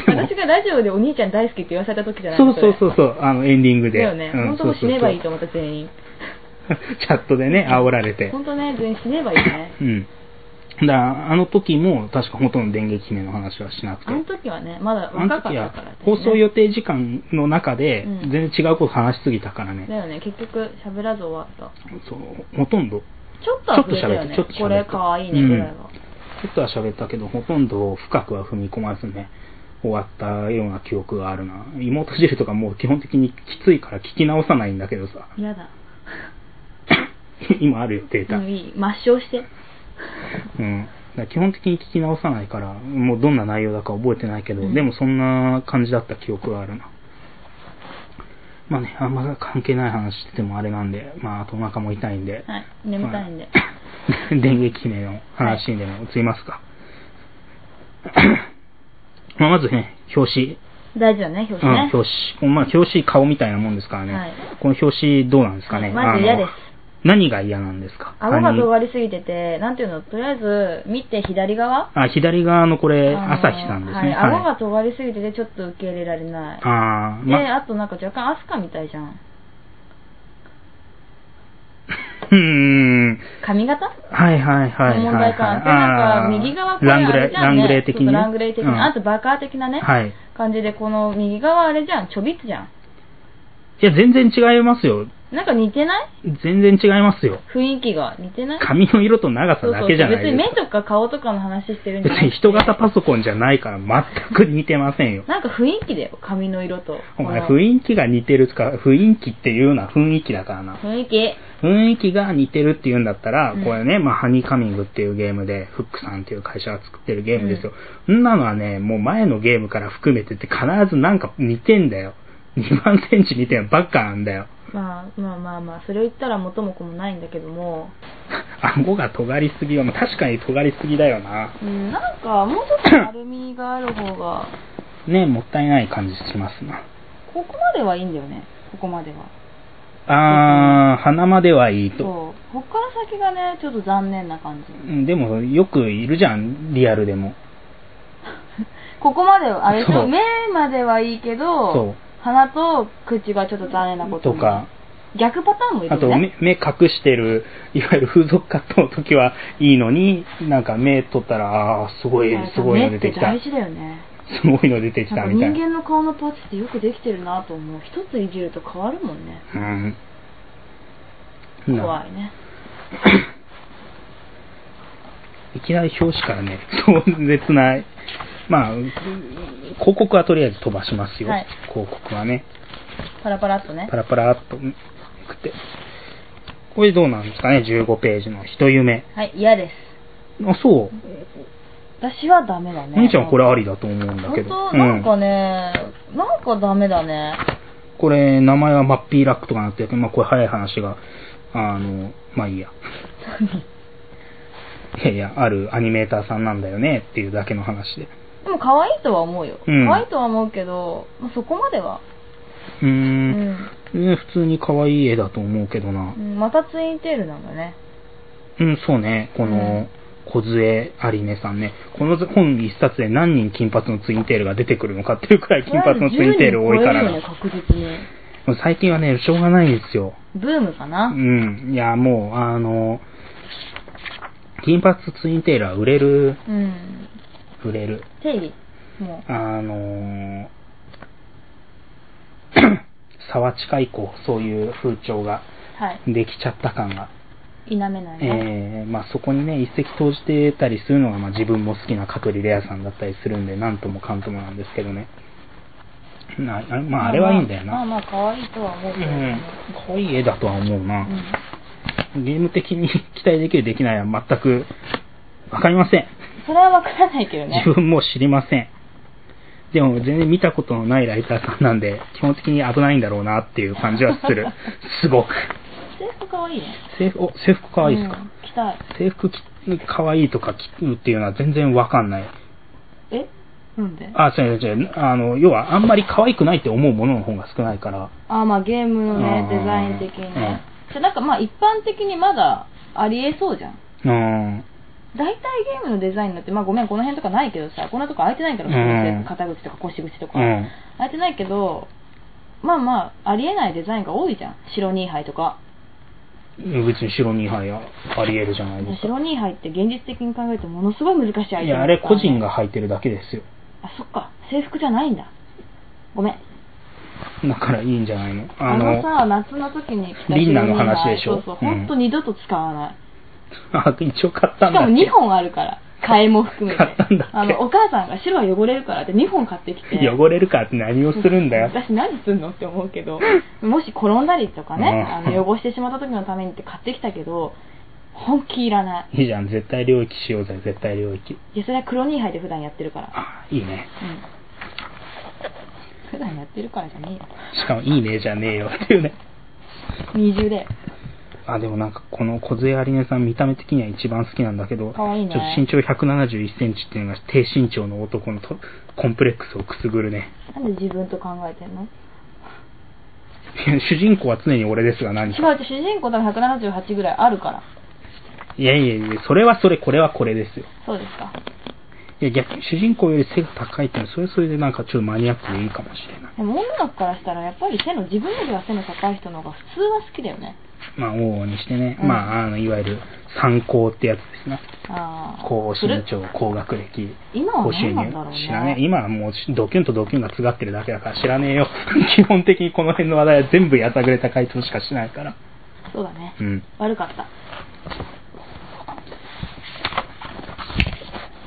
B: でも
C: 私がラジオでお兄ちゃん大好きって言わされた時じゃない
B: そうそうそううそう、あの、エンディングで。
C: だよね、
B: うん
C: 本当もう死ねばいい
B: そ
C: と
B: う
C: 思った全員
B: そうそうチャットでね、煽られて。
C: 本当ね全員死ねばいいね
B: うん。だから、あの時も、確かほとんど電撃姫の話はしなくて。
C: あの時はねまだ
B: あの
C: 若かっ
B: 時
C: た
B: は
C: から、ね、
B: 放送予定時間の中で
C: うん、
B: 全然違うこと話しすぎたから
C: だ
B: ね。
C: よね結局喋らず終わった
B: そう、ほとんど。
C: ちょっとは触れたよね
B: ちょっと喋ったちょっと喋った
C: これかわいいねぐらいは、
B: ちょっとは喋ったけど、ほとんど深くは踏み込まずね、終わったような記憶があるな。妹汁とかもう基本的にきついから聞き直さないんだけどさ。
C: 嫌だ
B: 今あるよ、データ。う
C: う
B: んん。
C: いい抹消して
B: だから基本的に聞き直さないから、もうどんな内容だか覚えてないけど、
C: うん
B: でもそんな感じだった記憶があるな。まあね、あんま関係ない話しててもあれなんで、まあ、あとお腹も痛いんで、
C: はい眠たいんで、
B: 電撃姫の話にでも移ります か。まあまずね、表紙。
C: 大事だね表紙ね、
B: うん、表紙。まあ、表紙顔みたいなもんですからね。
C: はい
B: この表紙どうなんですかね。
C: はいまず嫌です
B: あの何が嫌なんですか
C: 顎が
B: 何
C: 尖りすぎてて、なんていうの、とりあえず見て左側
B: あ、左側のこれ、
C: あの
B: 朝日さんですね。
C: はい、顎が尖りすぎてて、ちょっと受け入れられない。
B: あー、
C: で、
B: ま、
C: あとなんか若干アスカみたいじゃん。
B: うーん。
C: 髪型
B: はいはいはいはい、はい。
C: 問題か。で、なんか右側これ
B: ラング
C: あ
B: レ
C: れ
B: ー、
C: じゃ
B: ラ
C: ん、
B: ン
C: ね、
B: グレー的
C: ちょっ
B: に。
C: とラングレー的
B: うん
C: な、あとバカー的なね、
B: はい。い
C: 感じで、この右側あれじゃん、ちょびっつじゃん。
B: や、全然違いますよ。
C: なんか似てない
B: 全然違いますよ。
C: 雰囲気が似てない
B: 髪の色と長さだけじゃない
C: 別
B: で
C: に目
B: すか。
C: とか顔とかの話してるんじ
B: 別
C: ゃなく
B: に
C: て
B: 人型パソコンじゃないから全く似てませんよ。
C: なんか雰囲気だよ、髪の色と。
B: お前、
C: この
B: 雰囲気が似てるつか、雰囲気っていうのは雰囲気だからな。
C: 雰囲気。
B: 雰囲気が似てるっていうんだったら、
C: うん
B: これね、まあ、ハニーカミングっていうゲームで、フックさんっていう会社が作ってるゲームですよ。そんなのはね、もう前のゲームから含めてて必ずなんか似てんだよ。 2万センチ見てんばっかなんだよ。
C: まあまあまあまあ、それを言ったら元も子もないんだけども、
B: 顎が尖りすぎは、まあ確かに尖りすぎだよな。
C: うん、なんかもうちょっと丸みがある方が、
B: ねもったいない感じしますな。
C: ここまではいいんだよね、ここまでは。
B: あー、鼻まではいい
C: そう
B: と。。
C: こっから先がね、ちょっと残念な感じ。
B: うんでも、よくいるじゃん、リアルでも。
C: ここまでは、あれでし
B: そ
C: ょ
B: う
C: 目まではいいけ
B: そ
C: ど
B: う、
C: 鼻と口がちょっと残念なこと
B: と
C: に
B: か。
C: 逆パターンもいる
B: あと
C: よね
B: 目、目隠してる、いわゆる風俗カットの時はいいのに、なんか目取ったら、あー、すごい
C: なん、か
B: すごいの出てきた。
C: 目って大事だよね
B: すごいの出てき
C: な
B: た
C: んか
B: みた
C: 人
B: いな。
C: 間の顔のパーツってよくできてるなと思う一ついじると変わるもんね
B: うん。
C: 怖いね
B: いきなり表紙からね、壮絶な、まあ、広告はとりあえず飛ばしますよ。
C: はい
B: 広告はね、
C: パラパラっとね
B: パラパラっと、うんくって。これどうなんですかね、15ページの一夢。
C: はい嫌です
B: あ、そう。
C: 私はダメだね
B: お兄ちゃんはこれありだと思うんだけ
C: 本
B: ど。
C: 当なん
B: う
C: か
B: ん、
C: ね、なんかダメだね
B: これ、名前はマッピーラックとかなってるけど、まあ、これ早い話が、あの、まあいいや。 いやいや、あるアニメーターさんなんだよねっていうだけの話で。
C: でも可愛いとは思うよ、
B: うん
C: 可愛いとは思うけどまあそこまでは
B: うー。
C: うんん、
B: ね普通に可愛い絵だと思うけどな
C: う。んまたツインテールなんだね
B: うん、そうね。この、小杖有音さんね。この本一冊で何人金髪のツインテールが出てくるのかっていうくらい金髪のツインテール多いから
C: とりあえ
B: な
C: ず10人。超えるよね確実に
B: もう最近はね、しょうがないんですよ。
C: ブームかな、
B: うん。いや、もう、あの、金髪ツインテールは売れる、
C: うん。
B: 売れる。
C: 定義。も
B: あのー、 沢地下以降、そういう風潮が
C: う。はい。
B: できちゃった感が
C: 否めないね。
B: えーまあ、そこにね一石投じてたりするのが、まあ、自分も好きな角リレアさんだったりするんでなんともかんともなんですけどねなあまああれはいいんだよな、
C: まあまあ、可愛いとは思う
B: う
C: けど
B: ん
C: ね。
B: 可愛い絵だとは思う
C: う
B: な、
C: ん。
B: ゲーム的に期待できるできないは全くわかりません
C: それはわからないけどね。
B: 自分も知りませんでも全然見たことのないライターさんなんで基本的に危ないんだろうなっていう感じはするす ごく
C: 制服可愛いね。
B: 制服お制服可愛いですか、
C: うん着たい。
B: 制服着可愛いとか着るっていうのは全然わかんない。
C: えなんで
B: あ、違う違う違う。あの、要はあんまり可愛くないって思うものの方が少ないから。
C: あ、まあゲームのね、
B: うん
C: デザイン的にね。じゃあなんかまあ一般的にまだありえそうじゃん。
B: うん。
C: 大体ゲームのデザインなんて、まあごめん、この辺とかないけどさ、こんなとこ空いてないから、
B: うん
C: 肩口とか腰口とか、
B: うん。
C: 空いてないけど、まあまあ、ありえないデザインが多いじゃん。白2杯とか。
B: 別に白2杯はあり得るじゃないです
C: 白2杯って現実的に考えるとものすごい難しいア
B: か。
C: イテム
B: いや、あれ個人が履いてるだけですよ。
C: あそっか制服じゃないんだごめん
B: だからいいんじゃないの
C: あ
B: あ
C: の
B: の、
C: さ夏の時に着た
B: リンナの話でしょ
C: そうそう
B: うん
C: 本当二度と使わない、
B: あ、一応買ったん
C: し
B: だ
C: か
B: っ
C: も
B: け
C: 2本あるから替えも含めて
B: 買ったんだっけ
C: あのお母さんが白は汚れるからって2本買ってきて
B: 汚れるかって何をするんだよ。
C: 私何すんのって思う けどもし転んだりとかね、
B: うん
C: あの汚してしまった時のためにって買ってきたけど本気いらない
B: いいじゃん。絶対領域しようぜ。絶対領域。
C: いやそれは黒2杯で普段やってるから
B: あ、いいね。
C: うん普段やってるからじゃねえよ
B: しかもいいねじゃねえよっていうね。
C: 二重で
B: あ、でもなんかこの小杖有音さん見た目的には一番好きなんだけど、
C: 可愛いね
B: ちょっと身長171センチっていうのが低身長の男のとコンプレックスをくすぐるね。
C: なんで自分と考えてんの
B: いや主人公は常に俺ですが何
C: 違
B: か。
C: う違う主人公だから178ぐらいあるから
B: いやいやいや、それはそれ、これはこれですよ。
C: そうですか
B: いや逆に主人公より背が高いっていうのはそれはそれでなんかちょっとマニアックでいいかもしれない。
C: でも女の子からしたらやっぱり背の自分よりは背の高い人の方が普通は好きだよね
B: まあ、往々にしてね、
C: うん
B: まあ、あの、いわゆる参考ってやつですね。
C: ああ
B: 高身長、高学歴、
C: 今は
B: 高
C: 何
B: 収
C: な
B: 入
C: んだろうね。
B: 知らねえ。今はもうドキュンとドキュンがつがってるだけだから知らねえよ。 基本的にこの辺の話題は全部やさぐれた回答しかしないから。
C: そうだね、
B: うん。
C: 悪かった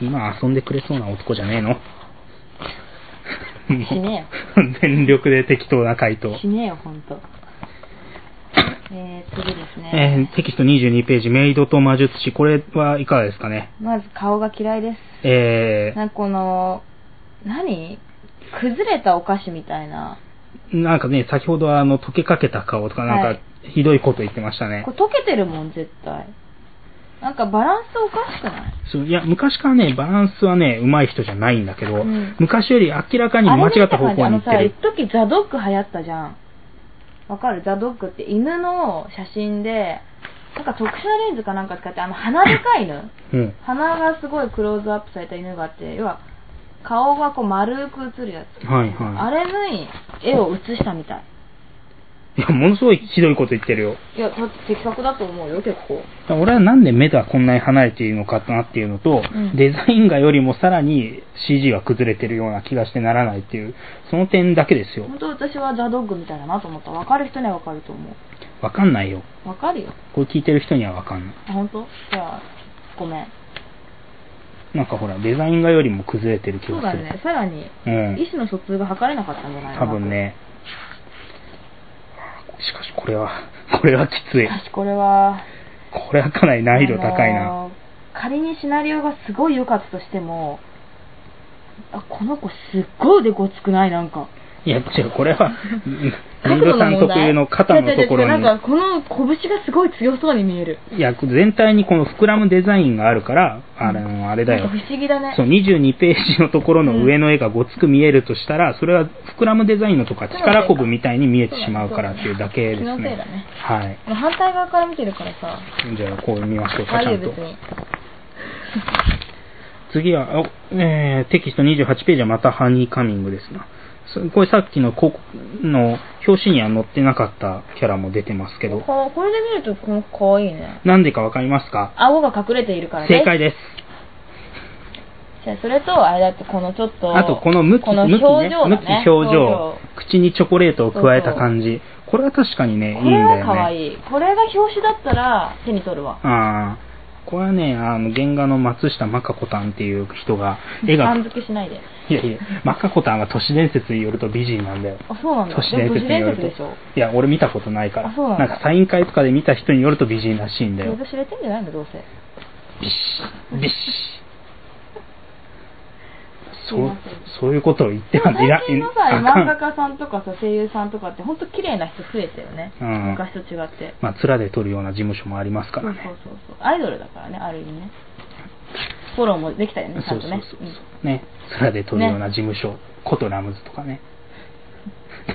B: 今遊んでくれそうな男じゃねえの
C: しね
B: 全力で適当な回答。
C: しねえよほん とえー、次ですね、
B: えーテキスト22ページ、メイドと魔術師。これはいかがですかね
C: まず顔が嫌いです
B: えー
C: なんかこの何崩れたお菓子みたいな
B: なんかね、先ほどはあの、溶けかけた顔とか、
C: はい
B: なんか、ひどいこと言ってましたね
C: こ。れ溶けてるもん、絶対。なんかバランスおかしくない
B: そういや、昔からね、バランスはね、上手い人じゃないんだけど、
C: うん
B: 昔より明らかに間違った方向に行って
C: あれ見
B: る
C: た。感じあのさ、一時ザドッグ流行ったじゃん。わかるザドッグって犬の写真で、なんか特殊なレンズかなんか使って、あの鼻でかい犬。
B: うん。
C: 鼻がすごいクローズアップされた犬があって、要は顔がこう丸く映るやつ。
B: はい
C: あ
B: は
C: れに絵を写したみたい。
B: い。いや、ものすごいひどいこと言ってるよ。
C: いや、だって的確だと思うよ、結構。
B: 俺はなんで目がこんなに離れているのかなっていうのと、
C: うん
B: デザイン画よりもさらに CG が崩れてるような気がしてならないっていう、その点だけですよ。
C: 本当私はザドッグみたいだなと思った。わかる人にはわかると思
B: わかんないよ。
C: う。わかるよ。
B: これ聞いてる人にはわかんない。
C: あ、本当じゃあ、ごめん。
B: なんかほら、デザイン画よりも崩れてる気
C: そう
B: が
C: だ
B: する。
C: ね。さらに、意
B: ね。
C: 思の疎通が図れなかったんじゃ
B: う
C: ない
B: ん。
C: か
B: 多
C: な
B: 分。ね。しかしこれは、これはきつい。
C: 私これは、
B: これはかなり難易度高い
C: あ
B: な。
C: のー仮にシナリオがすごい良かったとしても、あこの子すっごい腕ごつくないなんか。
B: いや、違う、これ は、リードさん特有の肩のところ
C: 違う違う違う
B: に。
C: なんかこの拳がすごい強そうに見える。
B: いや、全体にこの膨らむデザインがあるから、あれのあれだよ
C: なん。か不思議だね。
B: そう、22ページのところの上の絵がごつく見えるとしたら、それは膨らむデザインのとか力こぶみたいに見えてしまうからっていうだけです
C: 気のせいだ
B: ね
C: ね。
B: はい。
C: もう反対側から見てるからさ、
B: じゃあ、こう見ましょうか、
C: 大
B: ち
C: 丈
B: ゃ
C: 夫
B: んと
C: 別。に。
B: 次は、おえーテキスト28ページはまたハニーカミングですな。そこれさっきの広告の表紙には載ってなかったキャラも出てますけど、
C: ここれで見るとこの子かわいいね。
B: なんでかわかりますか
C: 顎が隠れているからね。
B: 正解です。
C: じゃあそれと、あれだってこのちょっと、
B: あと、この向き、
C: この
B: 向き
C: 表
B: ね
C: 情だ。
B: 向
C: ね。
B: き、表情。口にチョコレートを加えた感じ。これは確かにね、いいん
C: これ
B: だ
C: は可
B: よね。
C: 愛い。これが表紙だったら手に取るわ。
B: ああ。これはね、あの、原画の松下真子たんっていう人が、絵が
C: さん、付けしないで。
B: いやいや、真子たんは都市伝説によると美人なんだよ。
C: あ、そうなんだ。
B: 都市伝説によると。
C: でも都市伝説でしょ。
B: いや、俺見たことないから。
C: あそうなん
B: な
C: だ
B: んかサイン会とかで見た人によると美人らしいんだ
C: そ
B: よ
C: れ。と知れてんじゃないのどうせ。
B: ビシッ、ビシッ。
C: す
B: そ
C: い
B: う
C: ません、
B: そういうことを言って
C: でも
B: はね
C: 最近のさ、
B: あかん
C: 漫画家さんとかさ、声優さんとかって本当綺麗な人増えたよね。
B: うん
C: 昔と違って。
B: まあ、面で撮るような事務所もありますか
C: そ
B: ら
C: う
B: ね。
C: そうそうそう。アイドルだからね、ある意味ね。フォローもできたよね、ちゃ
B: そ
C: ん
B: うそ
C: と
B: う
C: ね。
B: そうそう。ね。空で撮るような事務所、コトラムズとか ね。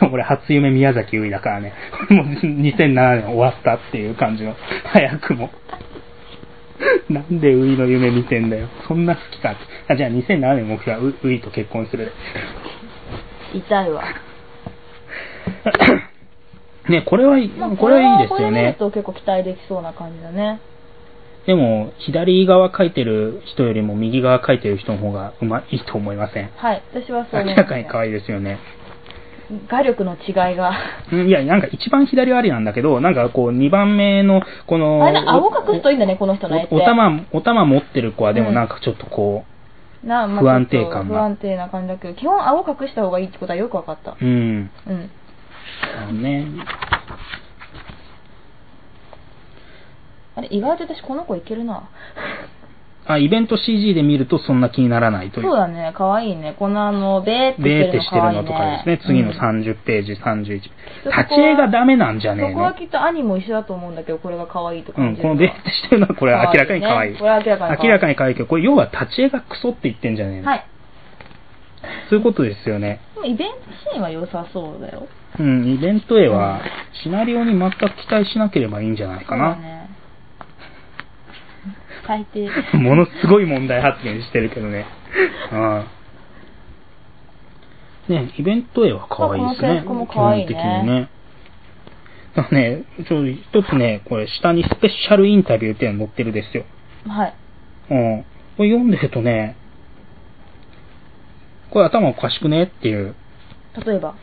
B: でも俺、初夢宮崎ういだからね、もう2007年終わったっていう感じの、早くも。なんでういの夢見てんだよ。そんな好きかって。あじゃあ2007年目標はうういと結婚する。
C: うん痛いわ。
B: ね、これはいい、
C: まあ
B: これはいいです
C: これ
B: よ
C: はこれ見る
B: ね。
C: と結構期待できそうな感じだね。
B: でも、左側書いてる人よりも右側書いてる人の方がうまいいと思いません。
C: はい、私はそう思
B: 明
C: い
B: ら
C: ます
B: かに可愛いですよね。
C: 画力の違いが。
B: うんいや、なんか一番左はありなんだけど、なんかこう、二番目の、この、
C: あれね、顎隠すといいんだね、この人の絵って。
B: おお玉、お玉持ってる子は、でも
C: うん
B: なんかちょっとこ
C: なまあ
B: 不安定感が
C: 不安定な感じだけど、基本顎隠した方がいいってことはよくわかった。
B: う、うん、
C: うん。
B: あのね、
C: あれ、意外と私この子いけるな。
B: あ、イベント CG で見るとそんな気にならないと
C: そ
B: いうう。
C: だね、可愛いね。このあの、ベーって
B: ベー
C: し
B: って
C: る
B: て
C: の
B: してるのと
C: 可
B: か
C: 愛
B: で
C: い
B: すね、次の
C: うん
B: 30ページ、31ページ。
C: そこは
B: 立ち絵がダメなんじゃねえ
C: そこは
B: の
C: きっと兄も一緒だと思うんだけど、これが可愛いと
B: う
C: 感
B: ん、
C: じ
B: こ
C: る
B: の
C: わ
B: ベーってしてるのは、これは明らかに可愛い。
C: 可愛いねこれは明らかに可愛い
B: 明らかに可愛いけど、これ要は立ち絵がクソって言ってんじゃねえの、
C: はい。
B: そういうことですよね。
C: でもイベントシーンは良さそうだよ。
B: うん、イベント絵は、シナリオに全く期待しなければいいんじゃないか
C: そうだ
B: な。
C: ね。最低。
B: ものすごい問題発言してるけどね。うん。ね、イベント絵は可愛いですね。
C: まあこの制服も可愛いね
B: 基本的にね。だからね、ちょ、一つね、これ下にスペシャルインタビューっていうの載ってるですよ。
C: はい。
B: うん。これ読んでるとね、これ頭おかしくねっていう。
C: 例えば。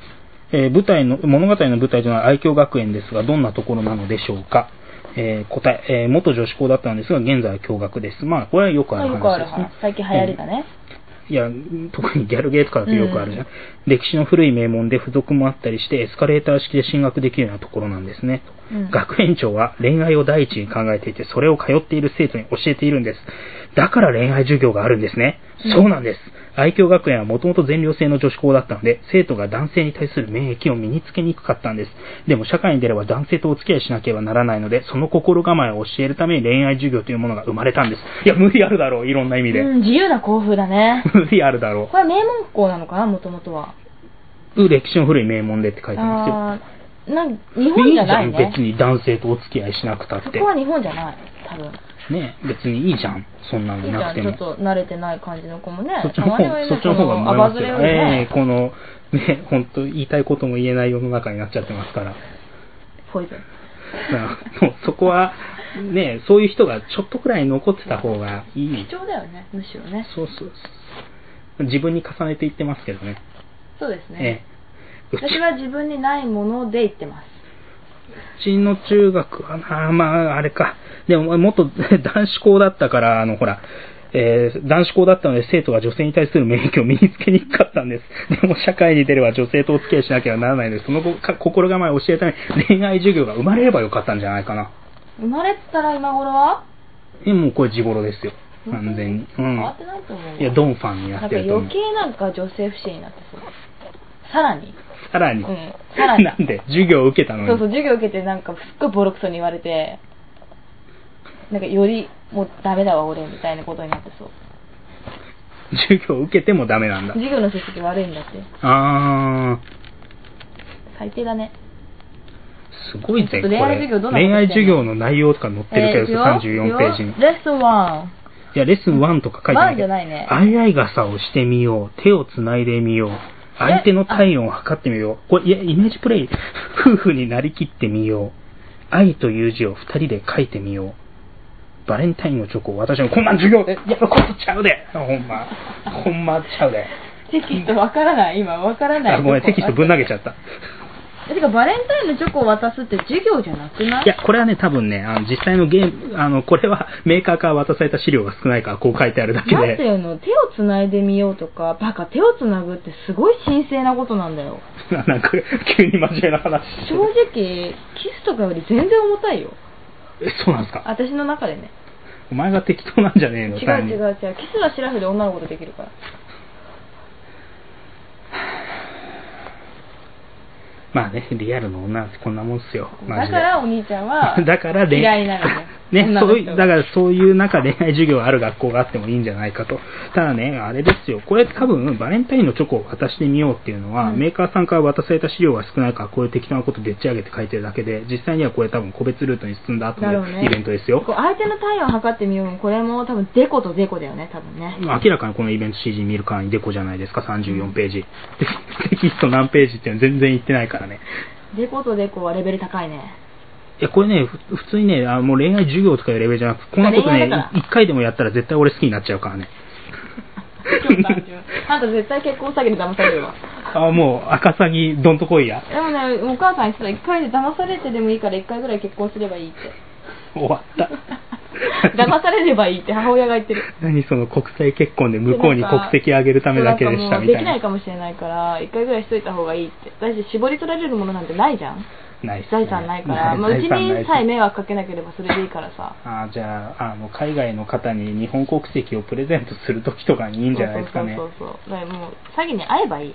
B: えー舞台の、物語の舞台というのは愛嬌学園ですが、どんなところなのでしょうか。えー答え、えー元女子校だったんですが、現在は共学です。まあ、これはよくある
C: よくあ
B: 話
C: る
B: ですね
C: 話。。最近流行りだね。
B: いや、特にギャルゲーとかだとよくあるじゃん。歴史の古い名門で付属もあったりして、エスカレーター式で進学できるようなところなんですね。
C: うん
B: 学園長は恋愛を第一に考えていて、それを通っている生徒に教えているんです。だから恋愛授業があるんですね。
C: うん
B: そうなんです。愛嬌学園はもともと全寮制の女子校だったので、生徒が男性に対する免疫を身につけにくかったんです。でも社会に出れば男性とお付き合いしなければならないので、その心構えを教えるために恋愛授業というものが生まれたんです。いや、無理あるだろう、いろんな意味で。
C: うん、自由な校風 だね。
B: 無理あるだろ
C: これは名門校なのかな、もともとは。
B: う。歴史の古い名門でって書いてますよ。
C: あーなん日本じゃない
B: いいじゃん、
C: ね
B: 別。に男性とお付き合いしなくたっ
C: そ
B: て
C: こ。は日本じゃない、多分。
B: ね別にいいじゃん、そんなの
C: いいじ
B: な
C: ゃ
B: く
C: ん、
B: て
C: ちょ
B: も
C: っ。と慣れてない感じの子もね。
B: そっちの方、
C: たまにはい
B: そ
C: る
B: っちの方が思い
C: あば
B: ま
C: ず
B: す
C: れ
B: よ。
C: よりね
B: ええ、この、ね、本当言いたいことも言えない世の中になっちゃってますから。
C: ポイズン。
B: だからもうそこは、ね、そういう人がちょっとくらい残ってた方がいい
C: 貴。重だよね、むしろね。
B: そうそうそう。自分に重ねて言ってますけどね。
C: そうです
B: え
C: ね。
B: え。うち
C: 私は自分にないもので言ってます。
B: うちの中学はな、まあ、あれか。でも、もっと 男子校だったから、あの、ほら、えー男子校だったので生徒が女性に対する免疫を身につけにくかったんです。でも社会に出れば女性とお付き合いしなければならないので、その後か心構えを教えるために恋愛授業が生まれればよかったんじゃないかな。
C: 生まれたら今頃は
B: え、もうこれ地頃ですよ。完全に。う
C: 変
B: ん
C: わ。ってないと思うわ
B: いや、ドンファンにな
C: な
B: んっ
C: か
B: てると
C: 余
B: 思う。
C: 計なんか女性不信になってそう。さらに。
B: さら
C: う
B: に。
C: ん。さらに。
B: なんで授業を受けたのに。
C: そうそう、授業受けてなんかすっごいボロクソに言われて、なんかよりもうダメだわ俺みたいなことになってそう。
B: 授業を受けてもダメなんだ。
C: 授業の成績悪いんだって。
B: あー。
C: 最低だね。
B: すごいぜ、
C: ちょっ
B: ことれ。
C: 恋愛授業どんなこと
B: 恋愛授業の内容とか載ってるけどさ、34ページに。い
C: レッスン1。
B: や、レッスン1とか書いてない
C: 1じゃないね。
B: 相合い傘をしてみよう。手をつないでみよう。相手の体温を測ってみよう。これ、いや、イメージプレイ。 夫婦になりきってみよう。愛という字を二人で書いてみよう。バレンタインのチョコを私のこんなん授業でやることちゃうで。ほんま。ほんまちゃうで。
C: テキストわからない、今わからない。
B: あごめん、テキストぶん投げちゃった。
C: えてか、バレンタインのチョコを渡すって授業じゃなくない
B: いや、これはね、多分ね、あの実際のゲーム、あの、これはメーカーから渡された資料が少ないから、こう書いてあるだけ
C: なんてい
B: で、
C: うの手をつないでみようとか、バカ、手をつなぐってすごい神聖なことなんだよ。
B: な なんか、急に真面目な話。
C: 正直、キスとかより全然重たいよ。
B: え、そうなんですか
C: 私の中でね。
B: お前が適当なんじゃねえ
C: 違う
B: の単に
C: 違う違う。キスはシラフで女の子とできるから。
B: まあね、リアルの女はこんなもんっすよ。マ
C: だ
B: ジ
C: か
B: で。
C: らお兄ちゃんは
B: だから恋
C: 嫌いなの
B: ね、
C: 女の
B: そう
C: 人
B: いう、だからそういう中恋愛授業ある学校があってもいいんじゃないかと。ただね、あれですよ、これ多分バレンタインのチョコを渡してみようっていうのは、
C: うん
B: メーカーさんから渡された資料が少ないから、こういう適当なことでっち上げて書いてるだけで、実際にはこれ多分個別ルートに進んだ後
C: なるほど
B: の
C: ね
B: イベントですよ。
C: こう相手の体温を測ってみようもこれも多分デコとデコだよね多分ね
B: 明らかにこのイベント CG 見るからにデコじゃないですか、34ページ。テキスト何ページっていうの全然言ってないからね。
C: デコとデコはレベル高い ね
B: いや、これね、ふ普通にね、あもう恋愛授業とかいうレベルじゃなくて、こんなことね
C: 恋愛だか、ら
B: い一回でもやったら絶対俺好きになっちゃうからね。
C: あんた絶対結婚詐欺で騙されるわ
B: あ、もう、赤サギ、どんとこいや。
C: でもねお母さん言ってた一回で騙されてでもいいから一回ぐらい結婚すれ ばいいって
B: 終わ った。
C: 騙されればいいって母親が言ってる
B: 何その国際結婚で向こうに国籍上げるためだけでした
C: そうなんかも
B: み
C: う
B: た
C: で
B: い
C: きな。
B: ない
C: かもしれないから一回ぐらいしといた方がいいってだし絞り取られるものなんてないじゃん
B: ないっすね
C: 財産ないから、まあ、う
B: 財
C: ち
B: 産ない
C: に
B: っす
C: さえ迷惑かけなければそれでいいからさ
B: あじゃあ、あの、海外の方に日本国籍をプレゼントするときとかにいいんじゃないですかね。
C: そうそうそうそうだからもう詐欺に会えばいい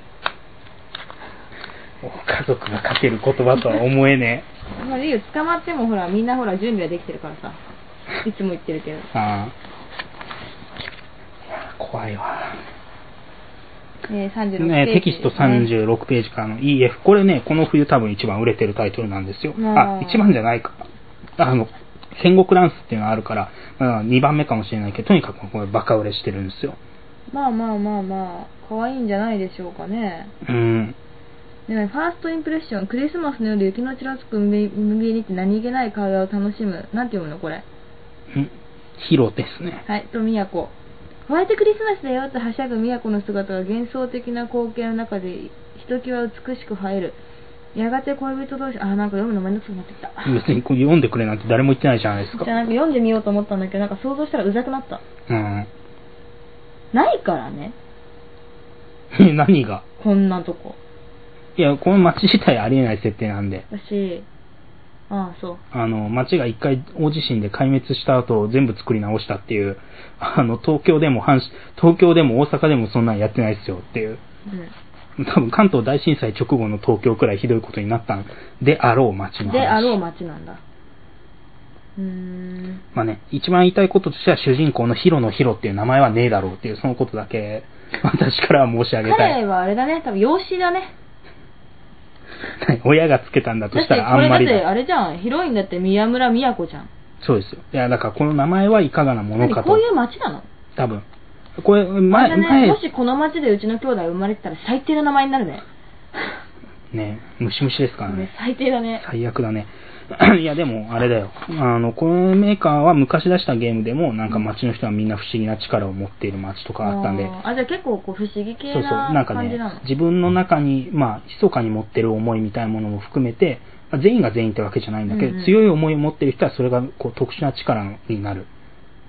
B: お家族がかける言葉とは思えね
C: まあいいよ捕まってもほらみんなほら準備はできてるからさいつも言ってるけど
B: え。ああ。怖いわ。
C: えー、36ページ、
B: ね、テキスト36ページからの EF、これね、この冬多分一番売れてるタイトルなんですよ。あ
C: あ、ー
B: 一番じゃないか。あの、戦国ランスっていうのがあるから、まあ、2番目かもしれないけど、とにかくこれバカ売れしてるんですよ。
C: まあまあまあまあ可愛いんじゃないでしょうかね
B: うん。
C: ねファーストインプレッションクリスマスの夜雪のちらつく海辺にて何気ない会話を楽しむなんて読むのこれ
B: んヒロですね。
C: はいと宮子ホワイトクリスマスだよとはしゃぐ宮子の姿が幻想的な光景の中でひときわ美しく映えるやがて恋人同士あなんか読むのめんどくさくなってきた
B: 別にこれ読んでくれなんて誰も言ってないじゃないですか
C: じゃ。あなんか読んでみようと思ったんだけどなんか想像したらうざくなった
B: うん。
C: ないからね
B: 何が
C: こんなとこ
B: いや、この街自体ありえない設定なんで。
C: だしああ、そう。
B: あの、町が一回大地震で壊滅した後、全部作り直したっていう、あの、東京でも阪神、東京でも大阪でもそんなんやってないですよっていう。多分関東大震災直後の東京くらいひどいことになったんであろう町
C: う
B: の
C: ん。
B: 話。
C: で、あろう町なんだ。うーん。
B: まあね、一番言いたいこととしては主人公のヒロのヒロっていう名前はねえだろうっていう、そのことだけ私からは申し上げた
C: 彼
B: い。
C: はあれだね、多分養子だね。
B: 親がつけたんだと
C: だっ
B: してた
C: これ
B: らあん
C: だ
B: ま
C: っ
B: りだ
C: てあれじゃん、ヒロインだって宮村宮子じゃん。
B: そうですよ。いや、だからこの名前はいかがなもの
C: 何
B: か
C: ことうい。う町なの
B: 多分。これ、
C: あれ
B: 前、
C: だね、
B: 前
C: も、しこの町でうちの兄弟生まれてたら最低な名前になるね。
B: ね、ムシムシですからね。
C: 最低だね。
B: 最悪だね。 いや、でも、あれだよ。あの、このメーカーは昔出したゲームでも、なんか街の人はみんな不思議な力を持っている街とかあったんで、
C: ーあ、じゃあ結構こう不思議系
B: そうそう、な
C: なん
B: か
C: 感じ
B: ね
C: なの。、
B: 自分の中に、まあ、密かに持ってる思いみたいなものも含めて、まあ全員が全員ってわけじゃないんだけど、
C: うんうん
B: 強い思いを持ってる人はそれがこう特殊な力になる
C: っ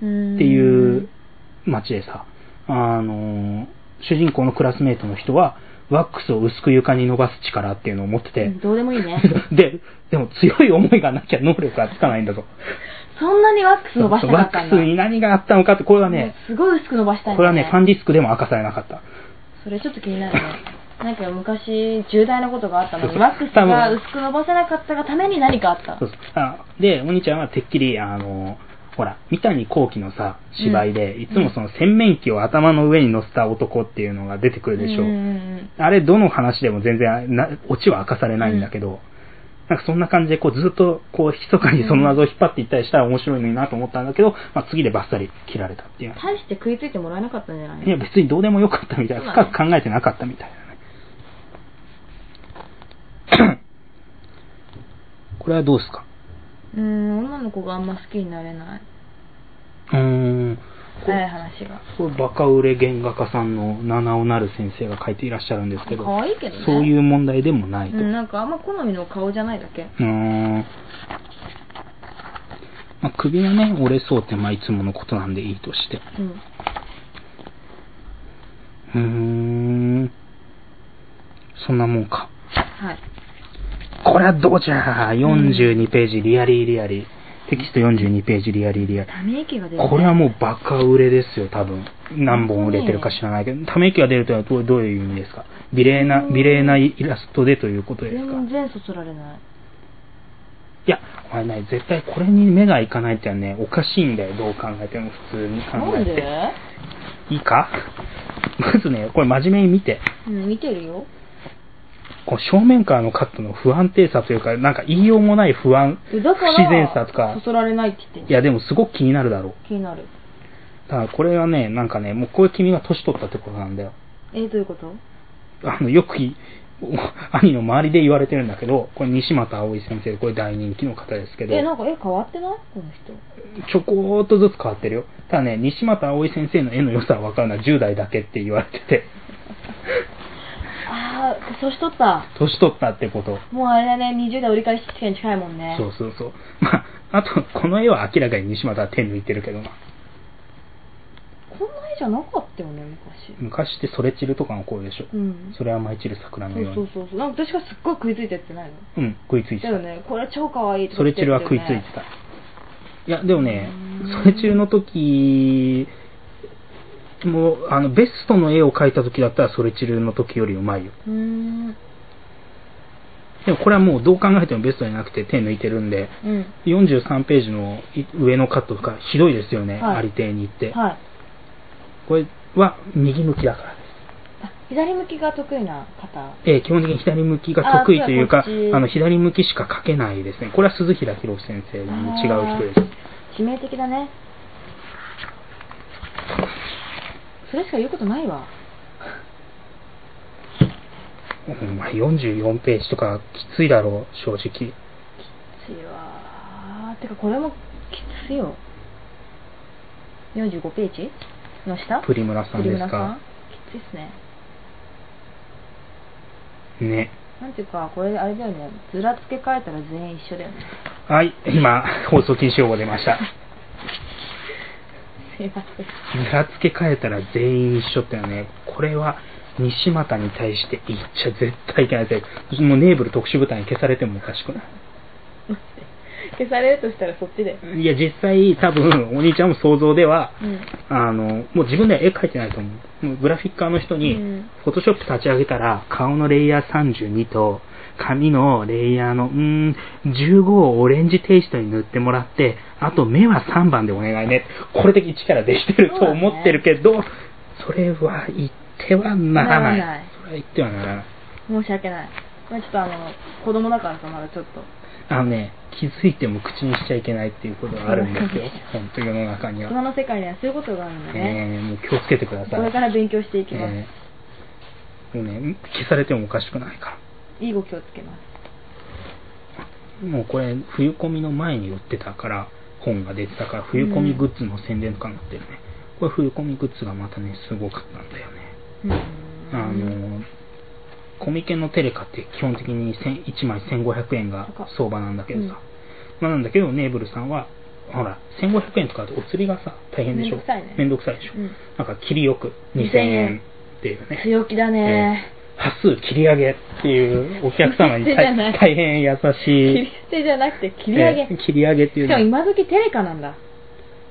B: っていう。街でさ、あのー主人公のクラスメートの人は、ワックスを薄く床に伸ばす力っていうのを持ってて、
C: どうでもいいね。
B: で、でも強い思いがなきゃ能力がつかないんだぞ。
C: そんなにワックス伸ばしたか
B: ワッ
C: ったん
B: ク
C: だ。
B: スに何があったのかって、これはね、
C: すごい薄く伸ばしたい、
B: これはね、ファンディスクでも明かされなかった。
C: それちょっと気になるね。 なんか昔、重大なことがあったのに、ワックス
B: 多
C: が
B: 分
C: 薄く伸ばせなかったがために何かあった
B: そう。そうあで、お兄ちゃんはてっきり、あの、ほら、三谷幸喜のさ、芝居で、
C: うん
B: いつもその洗面器を頭の上に乗せた男っていうのが出てくるでしょ。
C: うんうん
B: あれ、どの話でも全然な、オチは明かされないんだけど、なんかそんな感じで、こうずっと、こう、密かにその謎を引っ張っていったりしたら面白いのになと思ったんだけど、まあ次でバッサリ切られたっていう
C: うん。。大して食いついてもらえなかったんじゃない
B: いや、別にどうでもよかったみたいな。深く考えてなかったみたいなね。 これはどうですか
C: うーん、女の子があんま好きになれない。
B: うーん。こ
C: 早い話が。
B: これバカ売れ原画家さんの七尾なる先生が書いていらっしゃるんですけど、
C: 可愛いけどね。
B: そういう問題でもな
C: う
B: いと。
C: ん、なんかあんま好みの顔じゃないだけ。
B: うーん。まあ、首がね、折れそうって、まあ、いつものことなんでいいとして。
C: うん。
B: うーん。そんなもんか。
C: はい。
B: これはどうじゃ !42 ページ、リアリーリアリー。テキスト42ページ、リアリーリアリ
C: ため息が出る。
B: ー。これはもうバカ売れですよ、多分。何本売れてるか知らないけど、ため息が出るとはどうどういう意味ですか美麗な、美麗なイラストでということですか
C: 全然そそられない。
B: いや、これね、絶対これに目がいかないってのはね、おかしいんだよ、どう考えても、普通に考
C: な
B: え
C: んで
B: て。いいかまずね、これ真面目に見て、
C: うん、見てるよ。
B: こう正面からのカットの不安定さというか、なんか言いようもない不安、不
C: えだから、
B: 自然さとか
C: そ、そられないって言ってん
B: い
C: じゃ
B: や、でもすごく気になるだろう。
C: ん。気になる。
B: だからこれはね、なんかね、もうこれ君が年取ったってことなんだよ。
C: え、どういうこと
B: あの、よくい、 兄の周りで言われてるんだけど、これ西俣葵先生、これ大人気の方ですけど、
C: え、なんか絵変わってないこの人。
B: ちょこーっとずつ変わってるよ。ただね、西俣葵先生の絵の良さは分かるのは10代だけって言われてて、
C: あー、年取った。
B: 年取ったってこと。
C: もうあれだね、20代折り返し地点近いもんね。
B: そうそうそう。まあ、あと、この絵は明らかに西俣は手抜いてるけどな。
C: こんな絵じゃなかったよね、昔。
B: 昔ってソレチルとかの声でしょ。
C: うん。
B: それは舞い散る桜の
C: そ
B: よ
C: う
B: う
C: そう
B: に。
C: そうそう。なんか私がすっごい食いついてってないの
B: うん、食いついて
C: だ
B: た
C: よ。ね、これ超可愛いとか
B: ソレ
C: 言っ
B: チ
C: て
B: ル
C: るよ
B: は食
C: ね
B: いついてた。いや、でもね
C: う、ん
B: ソレチルの時も、あの、ベストの絵を描いた時だったらソレチルの時よりうまいよ。
C: うーん。
B: でもこれはもうどう考えてもベストじゃなくて手抜いてるんで、
C: うん。
B: 43ページのい上のカットとかひどいですよね、
C: はい
B: ありていに行って。
C: はい。
B: これは右向きだからで
C: あ左向きが得意な方。
B: す。えー基本的に左向きが得意という
C: あ
B: か
C: そうこっ、ち
B: あの、左向きしか描けないですね。これは鈴平博先生に違う人です。
C: 致命的だね。それしか言うことないわ。
B: うんまあ44ページとかきついだろう、正直。
C: きついわー。てかこれもきついよ。45ページの下
B: プリムラさん
C: プ
B: で
C: リム
B: す
C: ラ
B: か。
C: きついっすね。
B: ね。
C: なんていうか、これあれだよね。ずら付け替えたら全員一緒だよね。
B: はい、今、放送禁止用語出ました。
C: すいません。
B: ずらつけ替えたら全員一緒ってのはね、これは西俣に対して言っちゃ絶対いけないですもうネーブル特殊部隊に消されてもおかしくない。
C: 消されるとしたらそっちで。
B: いや、実際、多分、お兄ちゃんも想像では、
C: うん。
B: あの、もう自分では絵描いてないと思う。もうグラフィッカーの人に
C: うん、
B: フォトショップ立ち上げたら、顔のレイヤー32と、髪のレイヤーの、うーん、15をオレンジテイストに塗ってもらって、あと目は3番でお願いね。これで一からできてると思ってるけど、それは言ってはならない。
C: ならない
B: それは言ってはならない。
C: 申し訳ない。まあちょっとあの、子供だからさ、まだちょっと。
B: あのね、気づいても口にしちゃいけないっていうことがあるんですよ。本当世の中に
C: 大
B: は。
C: 人の世界にはそういうことがあるんだね。
B: えーもう気をつけてください。
C: これから勉強していきます。
B: えーもうね、消されてもおかしくないか
C: いいご気をつけます。
B: ら。もうこれ、冬コミの前に売ってたから、本が出てたから、冬コミグッズの宣伝とかになってるね。これ冬コミグッズがまたね、すごかったんだよね。
C: うん
B: あの、コミケのテレカって基本的に1000 1枚1500円が
C: 高っ
B: 相場なんだけどさ。まあなんだけど、ネーブルさんは、ほら、1500円とかだとお釣りがさ、大変でしょ。
C: めんどくさいね
B: めんどくさいでしょ。
C: うん
B: なんか、切りよく2000
C: 2000
B: 円っていうね。
C: 強気だね。
B: 端数切り上げっていうお客様に
C: 切り捨てじゃない
B: 大大変優
C: 切
B: し
C: り
B: い。
C: 捨てじゃなくて切り上
B: え
C: げ。
B: ー切り上げってい
C: し
B: う
C: かも
B: ね。
C: 今時テレカなんだ。や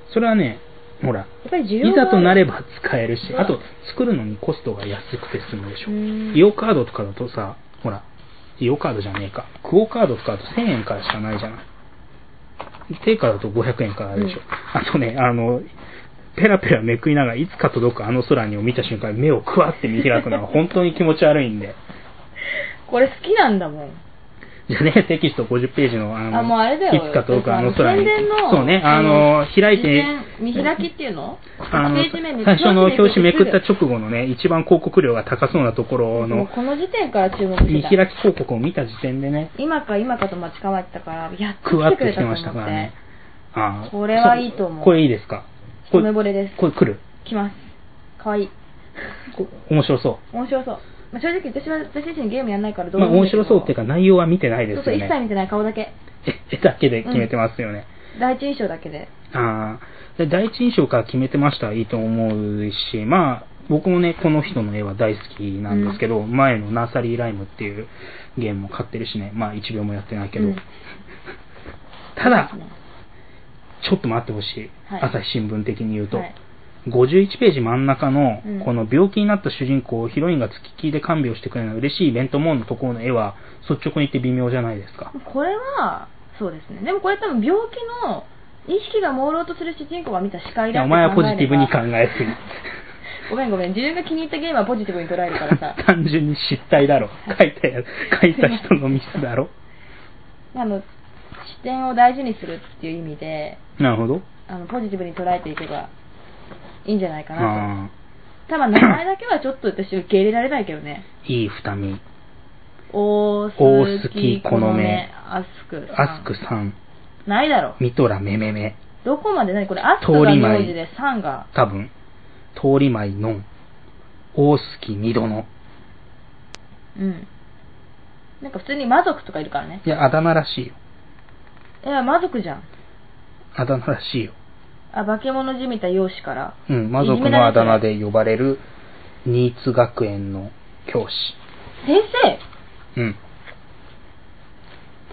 B: それはね、ほら、
C: っぱり需
B: い
C: 要がある
B: ざとなれば使えるし
C: う、ん
B: あと作るのにコストが安くて済むでしょ
C: う。ん
B: イオカードとかだとさ、ほら、イオカードじゃねえか。クオカードとかだと1000円からしかないじゃない。定価だと500円からでしょ。
C: うん
B: あとね、あの、ペラペラめくりながらいつか届くあの空にを見た瞬間に目をクワって見開く のは本当に気持ち悪いんで。
C: これ好きなんだもん。
B: じゃあね、テキスト50ページの、あの、
C: あもうあれだよ
B: いつか届くあの空に。
C: 宣伝の
B: そうね、あの、開いて、
C: 見開きっていうの
B: あの
C: ページ目め、く
B: 最初の表紙めくった
C: す
B: 直後のね、一番広告量が高そうなところ
C: ぐもう
B: の、
C: この時点から注目して
B: 見
C: た
B: 開き広告を見た時点でね、
C: 今か今かと待ち構えてたからやっと
B: クワ
C: 来
B: ッ
C: てく
B: と
C: れ
B: 来て
C: たと思
B: ま
C: っ
B: してたからね。あー
C: これはいいと思う
B: そこれいいですか
C: 一目惚れです
B: これ来る
C: 来ますかわいい
B: こ面白そ
C: 面白そう、まあ、正直私は私自身ゲームやんないから
B: う。
C: どう
B: まあ
C: も
B: 面白そうっていうか内容は見てないで
C: そう
B: す
C: そう
B: よ
C: 一切
B: ね。
C: 見てない顔だけ
B: 絵だけで決めてますよね。
C: 第一印象だけで
B: ああ、で第一印象から決めてましたらいいと思うし、まあ、僕もね、この人の絵は大好きなんですけど、前のナーサリーライムっていうゲームも買ってるしね、まあ1秒もやってないけど、
C: うん
B: ただ
C: そう、ですね
B: ちょっと待ってほしい,、
C: はい
B: 朝日新聞的に言うと。
C: はい
B: 51ページ真ん中の
C: うん、
B: この病気になった主人公、ヒロインが付きっきりで看病してくれるの嬉しいイベントモーンのところの絵は、率直に言って微妙じゃないですか。
C: これはそうですねでもこれ多分病気の意識が朦朧とする主人公が見た視界
B: い
C: だ
B: や、
C: って
B: お
C: 考え
B: 前
C: れ
B: は
C: ば
B: ポジティブに考えすぎ。
C: ごめんごめん自分が気に入ったゲームはポジティブに捉えるからさ
B: 単純に失態だろ。書いた や、書いた人のミスだろ。
C: あの視点を大事にするっていう意味で
B: なるほど。
C: あのポジティブに捉えていけばいいんじゃないかな
B: あ
C: とただ名前だけはちょっと私受け入れられないけどね
B: あ、いい二見。
C: 大
B: 大
C: 好
B: 月
C: き
B: こ
C: こ
B: の
C: の
B: め
C: めアスクさん
B: アスクさん、
C: ないだろ
B: ミトラめめめ、
C: どこまで何これアスク
B: 通
C: が
B: り前
C: 名字でさんが
B: 多分、通りまいのん、大好き二度の。
C: うんなんか普通に魔族とかいるからね
B: いや、あだ名らしいよ。
C: いや魔族じゃん
B: あだ名らしいよ。
C: あ化け物じみた容姿から
B: うん、魔族のあだ名で呼ばれる、新津学園の教師。
C: 先生
B: うん。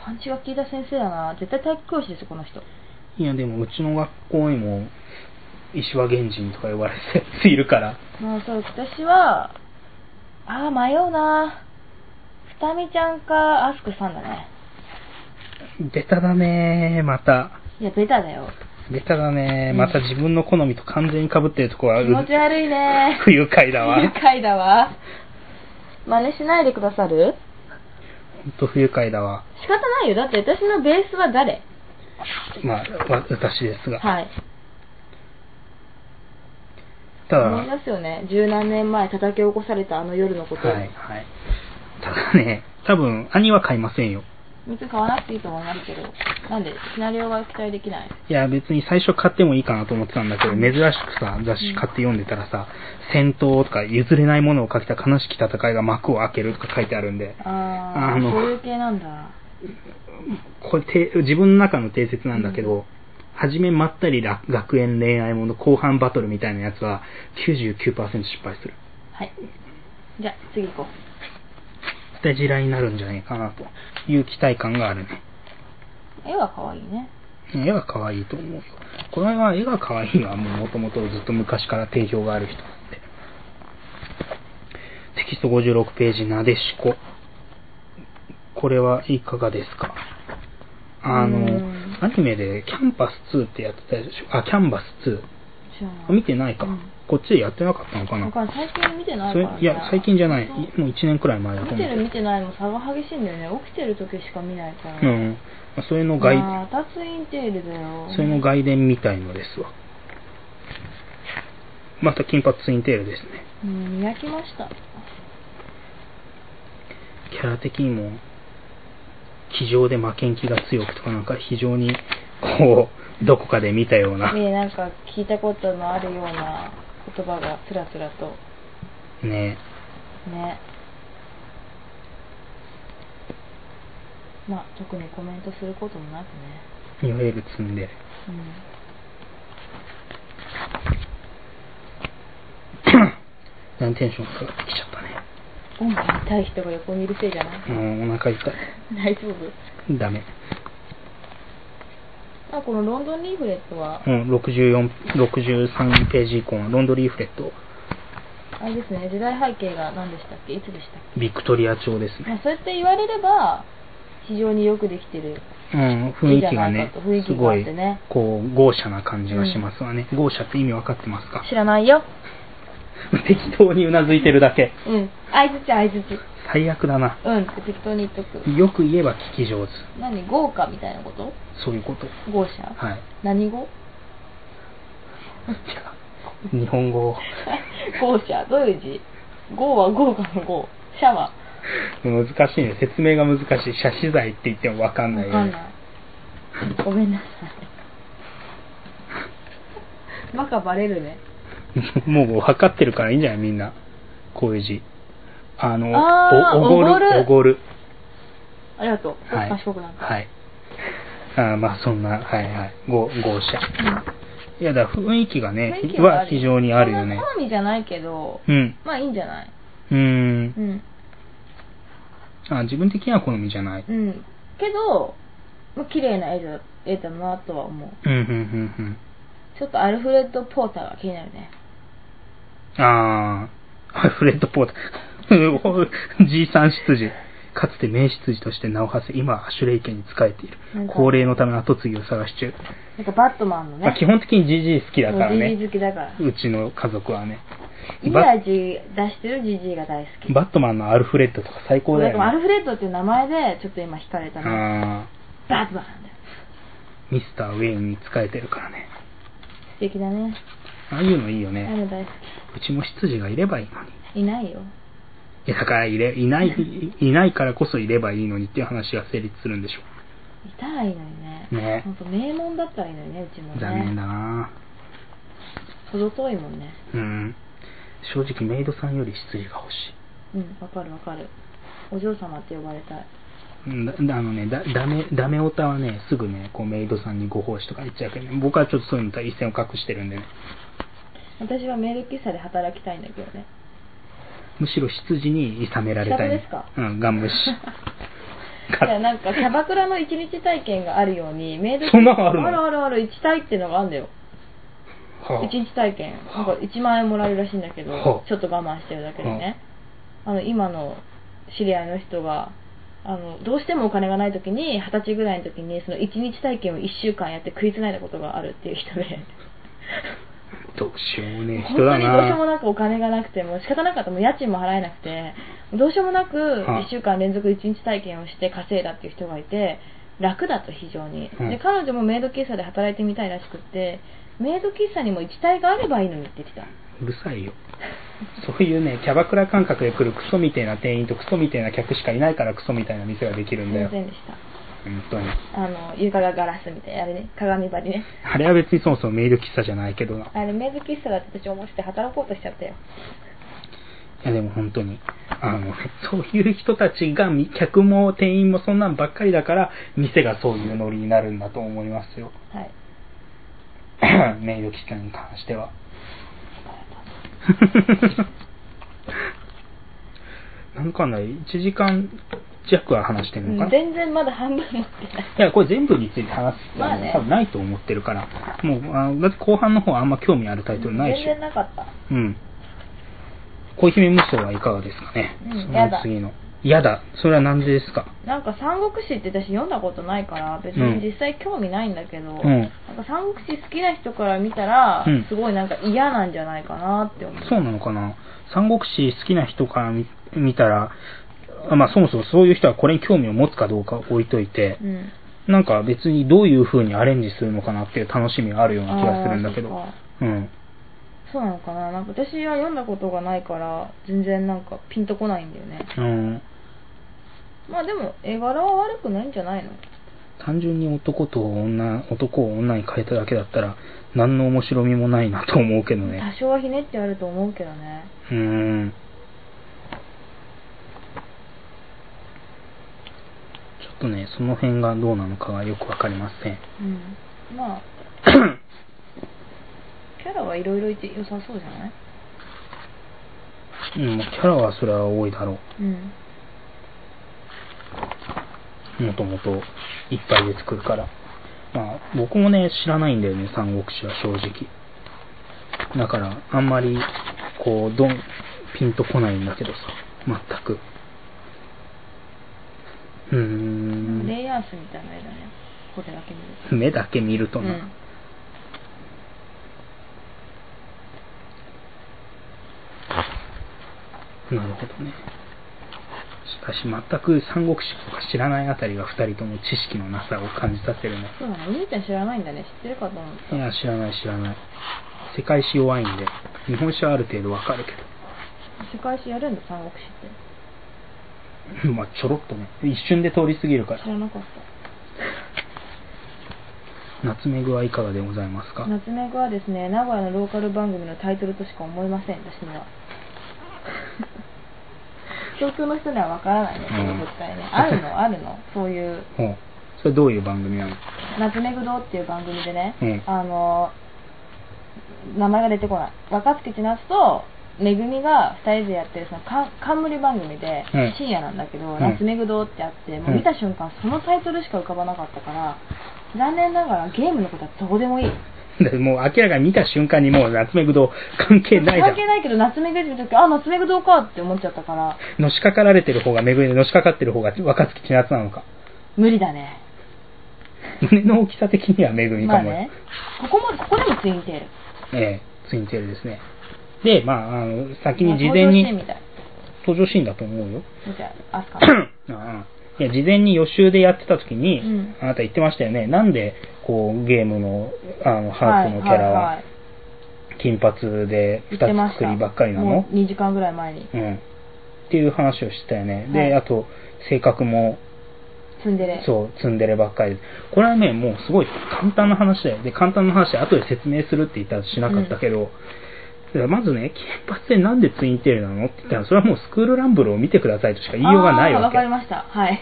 C: パンチが効いた先生だな絶対体育教師ですよこの人
B: いや、でもうちの学校にも、石和源人とか呼ばれて るやついるから。
C: まあそう私はああ迷うなふたみちゃんかアスクさんだね
B: ベタだねまた。
C: いやベタだよ
B: ベタだねまた自分の好みと完全に被ってるとこは
C: 気持ち悪いね
B: 不愉快だわ。
C: 不愉
B: ほ
C: 快だわ真似しないでくださる
B: んと不愉快だわ。
C: 仕方ないよだって私のベースは誰
B: まあ、わ私ですが。
C: はい
B: ただ、
C: 思い
B: は
C: ますよね十何年前叩き起こされたあの夜のこ
B: い、
C: と、
B: はい。ただね、多分、兄は買いませんよ。
C: 別に買わなくていいと思いますけどなんでシナリオが期待できない
B: いや、別に最初買ってもいいかなと思ってたんだけど、珍しくさ、雑誌買って読んでたらさ、戦闘とか譲れないものを書きた悲しき戦いが幕を開けるとか書いてあるんで、
C: あ
B: あ
C: あ
B: の
C: そういう系なんだ
B: これて、自分の中の定説なんだけど、初めまったりら学園恋愛もの後半バトルみたいなやつは99%失敗する。
C: はいじゃあ次行こ
B: 捨て地雷になるんじゃないかなという期待感があるね。
C: う絵は可愛いね。
B: 絵は可愛いと思うよ。この辺は絵が可愛いのはもともとずっと昔から定評がある人なんで。テキスト56ページ、なでしこ。これはいかがですかあ
C: う
B: の
C: ん、
B: アニメでキャンパス2ってやってたでしょあ、キャンバス2。
C: 知らな
B: あ見てないか。
C: うん
B: こっちでやってなかったのかな
C: わかんない最近見てない
B: そ
C: か
B: れ
C: ら、ね。
B: いや、最近じゃない。
C: そう
B: もう1年くらい前だと思
C: 見て
B: うけ
C: る
B: ど
C: 見てないも差が激しいんだよね。起きてる時しか見ないから。
B: うん。それの外、
C: またツインテールだよ。
B: それの外伝みたいのですわ。また金髪ツインテールですね。
C: うん、見飽きました。
B: キャラ的にも、気丈で負けん気が強くとか、なんか非常に、こう、どこかで見たような、ね
C: ねえなんか聞いたことのあるような言葉がつらつらと。
B: え
C: ね。まあ、特にコメントすることもなくね。
B: いわゆる積んで。
C: うん。
B: なんてテンションが上がってきちゃったね。
C: 音楽痛い人が横にいるせいじゃない
B: うん、お腹痛い。
C: 大丈夫
B: ダメ。
C: まあこのロンドンリーフレットは
B: う、ん、64、63ページ以降のロンドリーフレット、
C: あれですね、時代背景が何でしたっけいつでしたっ
B: ビクトリア朝です
C: け、まあ
B: ね。、
C: そうやって言われれば、非常によくできてる。
B: うん、雰囲気が
C: いい
B: ね
C: じゃないかと雰囲、
B: す
C: 気が
B: ご
C: あっ
B: い
C: てね、
B: こう、豪奢な感じがしますわね。豪奢って意味わかってますか
C: 知らないよ。
B: 適当にうなずいてるだけ。
C: うん。相づち相づち。
B: 最悪だな。
C: うんって適当に言っとく。
B: よく言えば聞き上手。
C: 何豪華みたいなこと
B: そういうこと。
C: 豪奢
B: はい。
C: 何語
B: じゃあ、日本語を。
C: 豪奢。どういう字豪は豪華の豪。シャワ
B: 難しいね。説明が難しい。写資材って言ってもわかん
C: ー。
B: ない
C: わ
B: よ
C: かん
B: ね
C: ない。ごめんなさい。 バカバレるね。
B: もう分かってるからいいんじゃないみんな。こういう字。あの、
C: あー
B: おご
C: お
B: る、
C: ごる
B: おごる。
C: ありがとう。
B: はい。
C: 賢くなった。
B: はい。あーまあそんな、はいはい。ご、豪車。いや、だから雰囲気がね、
C: 雰囲気
B: は
C: る
B: 非常にあるよね
C: そんな。好みじゃないけど、
B: うん。
C: まあいいんじゃないう
B: ーん。
C: うん。
B: あ自分的には好みじゃない。
C: うん。けど、まあ綺麗な絵だ絵だなとは思う。
B: うん、うん、うん、
C: ちょっとアルフレッド・ポーターが気になるね。
B: うん。あー、 はいフレッド・ポータ ー。G3 執事。かつて名執事として名を馳せ、今はアシュレイ家に仕えている
C: なん。か
B: 高齢のための跡継ぎを探し中。
C: なんかバットマンのね。
B: まあ、基本的に GG 好きだから
C: ジジ
B: ね。
C: イ好きだから。
B: うちの家族はね。
C: いい
B: バ
C: 味出してるジジイが大好き。
B: バットマンのアルフレッドとか最高だ
C: なんかア
B: よ
C: ル
B: ね。
C: フレッドっていう名前でちょっと今惹かれたね。
B: あ
C: バットマンだよ。
B: ーミスター・ウェインに仕えてるからね。
C: 素敵だね。
B: ああいうのいいよ
C: あ
B: ね。
C: の大好
B: うちも執事がいればいいのに。
C: き。いないよ。
B: いや、だからいれ、いない、いないからこそいればいいのにっていう話が成立するんでしょ
C: いたらいいのにね。
B: う。ね
C: ほんと名門だったらいいのにね、うちもね。
B: 残念だな
C: 程遠いもんね。
B: うん。正直メイドさんより執事が欲し
C: うん、わかるわかる。お嬢様って呼ばれたい。
B: い。うんだだあのね、だ、ダメ、ダメオタはね、すぐね、こうメイドさんにご奉仕とか言っちゃうけどね、僕はちょっとそういうのとは一線を隠してるんでね。
C: 私はメール喫茶で働きたいんだけどね。
B: むしろ執事に諌められたい、
C: 諌めですか
B: うん、ガン無視。
C: いや、なんか、キャバクラの一日体験があるように、メール
B: そんなのあるの
C: あるあるある、一体っていうのがあるんだよ。
B: はあ
C: 一日体験。なんか、1万円もらえるらしいんだけ
B: は
C: ど
B: あ、
C: ちょっと我慢してるだけでね。あの、今の知り合いの人が、あの、どうしてもお金がない時に、二十歳ぐらいの時に、その一日体験を一週間やって食いつないだことがあるっていう人で。
B: どうしようもねえ人
C: 本当
B: だ
C: にどうしようも
B: な。
C: なくお金がなくて、もう仕方なかった、もう家賃も払えなくて、どうしようもなく
B: はい
C: 1週間連続1日体験をして稼いだっていう人がいて、楽だと非常に。
B: うん
C: で、彼女もメイド喫茶で働いてみたいらしくって、メイド喫茶にも一体があればいいのにって言ってた。
B: うるさいよ。そういうね、キャバクラ感覚で来るクソみたいな店員とクソみたいな客しかいないからクソみたいな店ができる
C: す
B: ん
C: い
B: だよ
C: ま。せんでし
B: 本当に。
C: た。あの、床がガラスみたいな、あれね、鏡張りね。
B: あれは別にそもそもメイド喫茶じゃないけどな。い
C: あれ、メイド喫茶だって私思って働こうとしちゃったよ。
B: やでも本当に。あの、そういう人たちが、み客も店員もそんなんばっかりだから、店がそういうノリになるんだと思いますよ。
C: はい。
B: メイド喫茶に関しては。なんかね、1時間弱は話してるのかな、
C: 全然まだ半分持ってない。
B: いや、これ全部について話すって、
C: まあね
B: 多分ないと思ってるから、もう、あのだって後半の方はあんま興味あるタイトルないし
C: 全。然なかった。
B: うん。恋姫無双はいかがですかね、
C: うん
B: そ
C: やだ
B: の次の。やだ。それはなんでですか
C: なんか三国志って私読んだことないから、別
B: うん
C: に実際興味ないんだけど、
B: うん
C: なんか三国志好きな人から見たら、
B: うん
C: すごいなんか嫌なんじゃないかなって思う。
B: そうなのかな三国志好きな人から見見たら、あまあそもそもそういう人はこれに興味を持つかどうか置いといて、
C: うん。
B: なんか別にどういう風にアレンジするのかなっていう楽しみがあるような気がするんだけ
C: あー
B: ど
C: そっか。
B: うん。
C: そうなのかななんか私は読んだことがないから、全然なんかピンとこないんだよね。
B: うん。
C: まあでも、絵柄は悪くないんじゃないの
B: 単純に男と女、男を女に変えただけだったら、何の面白みもないなと思うけどね。
C: 多少はひねってあると思うけどね。
B: うーん。ちょっとね、その辺がどうなのかがよくわかりません。
C: うん。まあ、キャラはいろいろいて良さそうじゃない
B: うん、キャラはそれは多いだろ
C: うん。
B: う。もともといっぱいで作るから。まあ、僕もね、知らないんだよね、三国志は正直。だから、あんまり、こう、どん、ピンとこないんだけどさ、全く。うーん。
C: レイアースみたいな絵だね。これだけ見ると。
B: 目だけ見ると
C: う
B: な。
C: ん
B: なるほどね。しかし、全く三国志とか知らないあたりが二人とも知識のなさを感じさせるね。
C: そうなのお兄ちゃん知らないんだね。知ってるかと思った。
B: いや、知らない知らない。世界史弱いんで、日本史はある程度わかるけ
C: 世界史やるんだ、三国志っ
B: ど。まあ、ちょろっとね。一瞬で通り過ぎるか
C: て。知
B: ら。
C: らなかった。
B: 夏目具はいかがでございますか
C: 夏目具はですね、名古屋のローカル番組のタイトルとしか思いません、私 には。東京の人にはわからないね、それ
B: うん
C: 絶対ね。あるの、あるの。そういう、
B: ほう。それどういう番組なの
C: 夏目具堂っていう番組でね、
B: うん
C: あの、名前が出てこない。若槻千夏と、めぐみが2人でやってるそのか冠番組で
B: うん
C: 深夜なんだけど、
B: うん
C: 夏目ぐ堂ってあって、もう見た瞬間そのタイトルしか浮かばなかったから残念ながらゲームのことはどうでもいい
B: でもう明らかに見た瞬間にもう夏目具堂関係ないじゃ
C: 関係ないけど夏目ぐ堂ってあ夏目ぐ堂かって思っちゃったから
B: ん。のしかかられてる方がめぐみでのしかかってる方が若槻千夏なのか。
C: 無理だね
B: 胸の大きさ的にはめぐみ
C: ま
B: か
C: あ
B: もよ。
C: ねここもここでもツインテール
B: ええツインテールですね。で、まあ、あの、先に事前に
C: まあ登場シーンみたい
B: 登場シーンだと思うよ。
C: じゃあアスカ
B: ああいや事前に予習でやってた時に、
C: うん
B: あなた言ってましたよね、なんでこうゲームのあのハーフのキャラ
C: はいはいは
B: はい金髪で
C: 言って
B: 2
C: ま
B: つ
C: し
B: 作
C: た
B: りばっかりなの
C: もう2時間ぐらい前に
B: うん、っていう話をしたよね、
C: は
B: で
C: い
B: あと性格も
C: ツンデレ
B: そうツンデレばっかりで、これはね、もうすごい簡単な話だよ、で簡単な話、後で説明するって言ったらしなかったけど。だからまずね、金髪でなんでツインテールなのって言ったら、それはもうスクールランブルを見てくださいとしか言いようがない
C: あー
B: わ
C: わ
B: け。
C: かりましたはい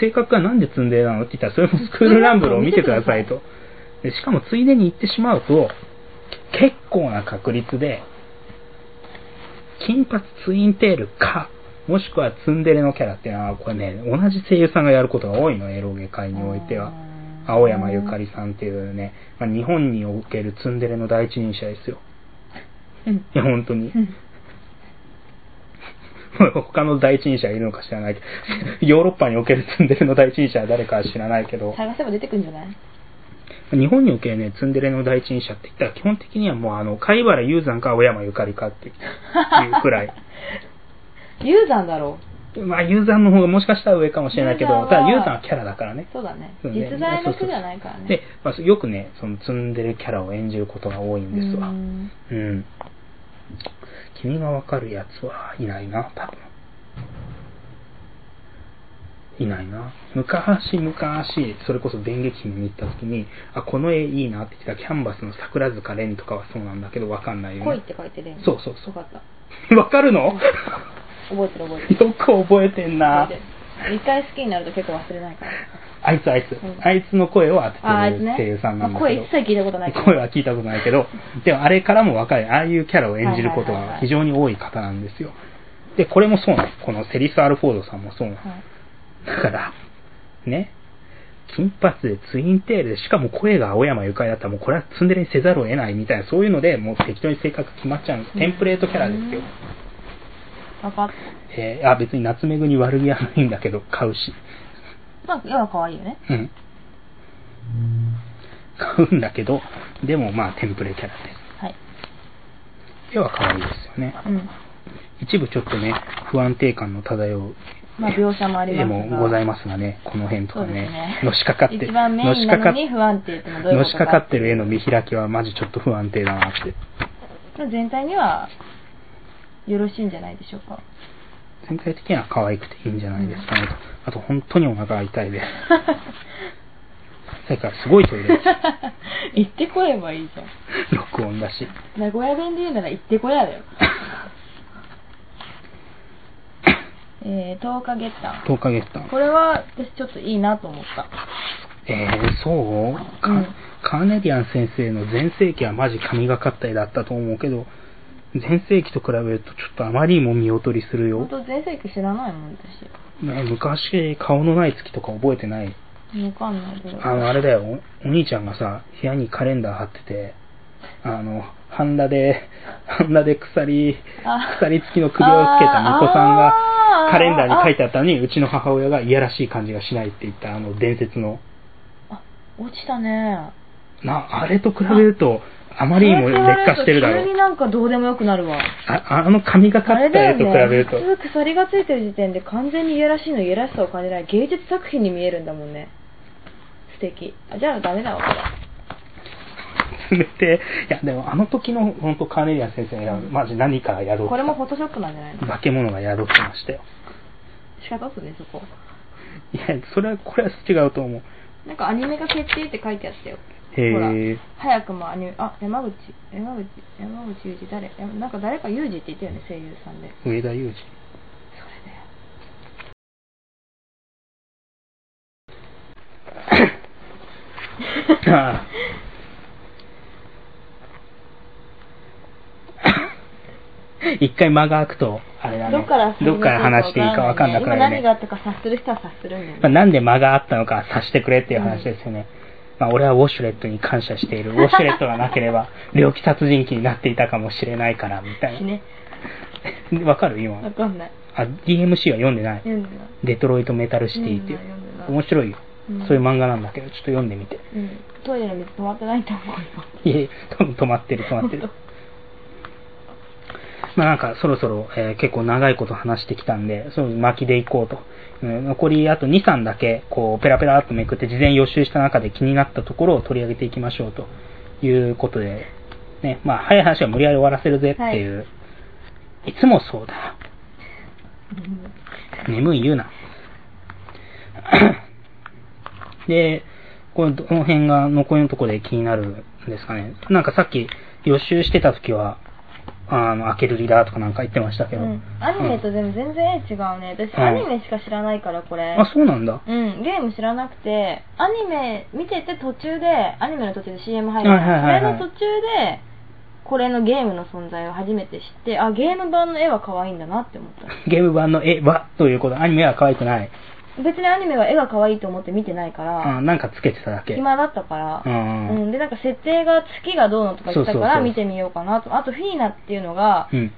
B: 性格がなんでツンデレなのって言ったら、それもスクールランブルを見てくださいと。でしかも、ついでに言ってしまうと、結構な確率で、金髪ツインテールか、もしくはツンデレのキャラっていうのは、これね、同じ声優さんがやることが多いの、エロゲ界においては。青山ゆかりさんっていうね、まあ、日本におけるツンデレの第一人者ですよ。
C: うん
B: いや、本当に
C: う。ん
B: 他の第一人者がいるのか知らないけど、 ヨーロッパにおけるツンデレの第一人者は誰かは知らないけど、
C: 探せば出てくるんじゃない
B: 日本におけるね、ツンデレの第一人者って言ったら、基本的にはもう、あの、貝原雄山か青山ゆかりかっていうく らい。
C: ユーザンだろ
B: まあ、雄山の方がもしかしたら上かもしれないけど、
C: 雄山は
B: ただ雄山はキャラだからね
C: う。そうだね
B: うん
C: 実在の人じゃないからね
B: で、まあ、よくね、そのツンデレキャラを演じることが多いんですわ。
C: うー
B: うん君がわかるやつはいないな、多分。いないな。昔昔、それこそ電撃姫に行った時に、あ、この絵いいなって言ってたキャンバスの桜塚蓮とかはそうなんだけど、わかんないよ、ね。
C: 恋って書いてるよね
B: そうそうそう
C: よかった
B: わかるのよ
C: 覚えてる覚えてる
B: く覚えてんな
C: 覚え。てる一回好きになると結構忘れないから
B: あいつあいつ、
C: ん
B: あいつの声を当て
C: あーあい
B: て
C: つ
B: る
C: ね
B: 声優さんなんだけど、
C: まあ声一切聞いたことないけど
B: 声は聞いたことないけ ど、でもあれからもわかる、ああいうキャラを演じること
C: はいはいはい
B: は
C: はい
B: 非常に多い方なんですよ。で、これもそうなの。このセリス・アルフォードさんもそうなの。
C: はい
B: だから、ね、金髪でツインテールで、しかも声が青山ゆかりだったら、もうこれはツンデレにせざるを得ないみたいな、そういうので、もう適当に性格決まっちゃうんです。テンプレートキャラですよ。
C: わかっ
B: えーあ、別に夏目ぐに悪気はないんだけど、買うし。
C: まあ、要は可愛いよね。
B: うん。買うんだけど、でもまあテンプレキャラです。
C: はい。
B: 絵は可愛いですよね。
C: うん。
B: 一部ちょっとね、不安定感の漂う
C: まあ、描写もあり
B: 絵
C: ますが。
B: もございますがね、この辺とか
C: そうです
B: ね
C: ね、
B: のしかかって、
C: 一番メインなのに
B: のしかか
C: 不安定ってのはどういう
B: の
C: こ
B: し
C: と
B: か
C: か。
B: かってる絵の見開きはマジちょっと不安定だなって。
C: まあ全体には、よろしいんじゃないでしょうか。
B: 全体的には可愛くていいんじゃないですかねと。あと本当にお腹が痛い です。それからすごいトイレです。
C: 行ってこればいいじゃん。
B: 録音だし。
C: 名古屋弁で言うなら行ってこやだ よ。えー、10日月間。
B: 10日月間。
C: これは私ちょっといいなと思った。
B: えー、そうか、
C: うん
B: カーネリアン先生の全盛期はマジ神がかった絵だったと思うけど、全盛期と比べるとちょっとあまりにも見劣りするよ
C: 本。当全盛期知らないもん私。
B: ね昔、顔のない月とか覚えてない。
C: わかんないけど。
B: あの、あれだよ、おお兄ちゃんがさ、部屋にカレンダー貼ってて、あの、半裸で、半裸で鎖、
C: あ
B: 鎖付きの首をつけた巫女さんが
C: あーあ、ー
B: カレンダーに書いてあったのに、うちの母親がいやらしい感じがしないって言った、あの、伝説の
C: あ、落ちたね。
B: な、あれと比べると、あまりにも劣化してるだ
C: それ急
B: ろ
C: に。なんかどうでもよくなるわ。
B: ああの髪がか
C: あ
B: っ
C: れ
B: た
C: だ
B: 絵と
C: よ
B: 比
C: ね。
B: べると、
C: 普通鎖がついてる時点で完全にいやらしいのいやらしさを感じない芸術作品に見えるんだもんね。素敵。あ、じゃあダメだわ、これ。
B: めて、いや、でもあの時の、本当カーネリアン先生が、マジ何か宿って
C: これもフ
B: た。
C: ォトショップなんじゃないの
B: 化け物が宿ってましたよ。
C: 仕方っすね、そこ。
B: いや、それは、これは違うと思う。
C: なんかアニメが決定って書いてあったよ。ほら
B: へえ。
C: 早くもアニメ、あ、山口、山口、山口裕二誰やなんか誰か裕二って言ったよね、声優さんで。
B: 上田裕
C: それだよ。
B: 二。ああ 一回間が空くと、あれだね。
C: どっから始めていい
B: どっから話していいかわかんなくなるね。
C: 今何があったか察する人は察するんだよ
B: まあ、
C: ね。
B: なんで間があったのか察してくれっていう話ですよね。まあ、俺はウォシュレットに感謝している。ウォシュレットがなけれ ば、猟奇殺人鬼になっていたかもしれないから、みたい
C: 死ね。
B: な。わかる
C: わ
B: 今。
C: かんない。
B: あ、DMC は読んでない。
C: 読んでない。
B: デトロイトメタルシティっていう
C: 読んでない。
B: 面白いよ。
C: うん
B: そういう漫画なんだけど、ちょっと読んでみて。
C: うん。トイレの水止まってないと思うよ。
B: いえ、多分止まってる、止まって る。まあなんかそろそろ、えー結構長いこと話してきたんで、その巻きでいこうと。うん残りあと2、3だけ、こう、ペラペラっとめくって事前予習した中で気になったところを取り上げていきましょうということで、ね、まあ早い話は無理やり終わらせるぜっていう。い、つもそうだ。眠い言うな。 で、これどの辺が残りのところで気になるんですかね。なんかさっき予習してた時は、あの、開けるリだとかなんか言ってましたけど。
C: うん。アニメとでも全然違うね。私、
B: うん
C: アニメしか知らないから、これ。
B: あ、そうなんだ。
C: うん、ゲーム知らなくて、アニメ見てて途中で、アニメの途中で CM 入る、
B: はいはいはいはい
C: それの途中で、これのゲームの存在を初めて知って、あ、ゲーム版の絵は可愛いんだなって思 った。
B: ゲーム版の絵はということ、アニメは可愛くない。
C: 別にアニメは絵が可愛いと思って見てないから、
B: あなんかつけてただけ。
C: 暇だったから、
B: うん
C: うん、で、なんか設定が月がどうのとか言
B: そう
C: ってたか
B: そうそ
C: ら
B: う
C: 見てみようかなと。あと、フィーナっていうのが、
B: うん。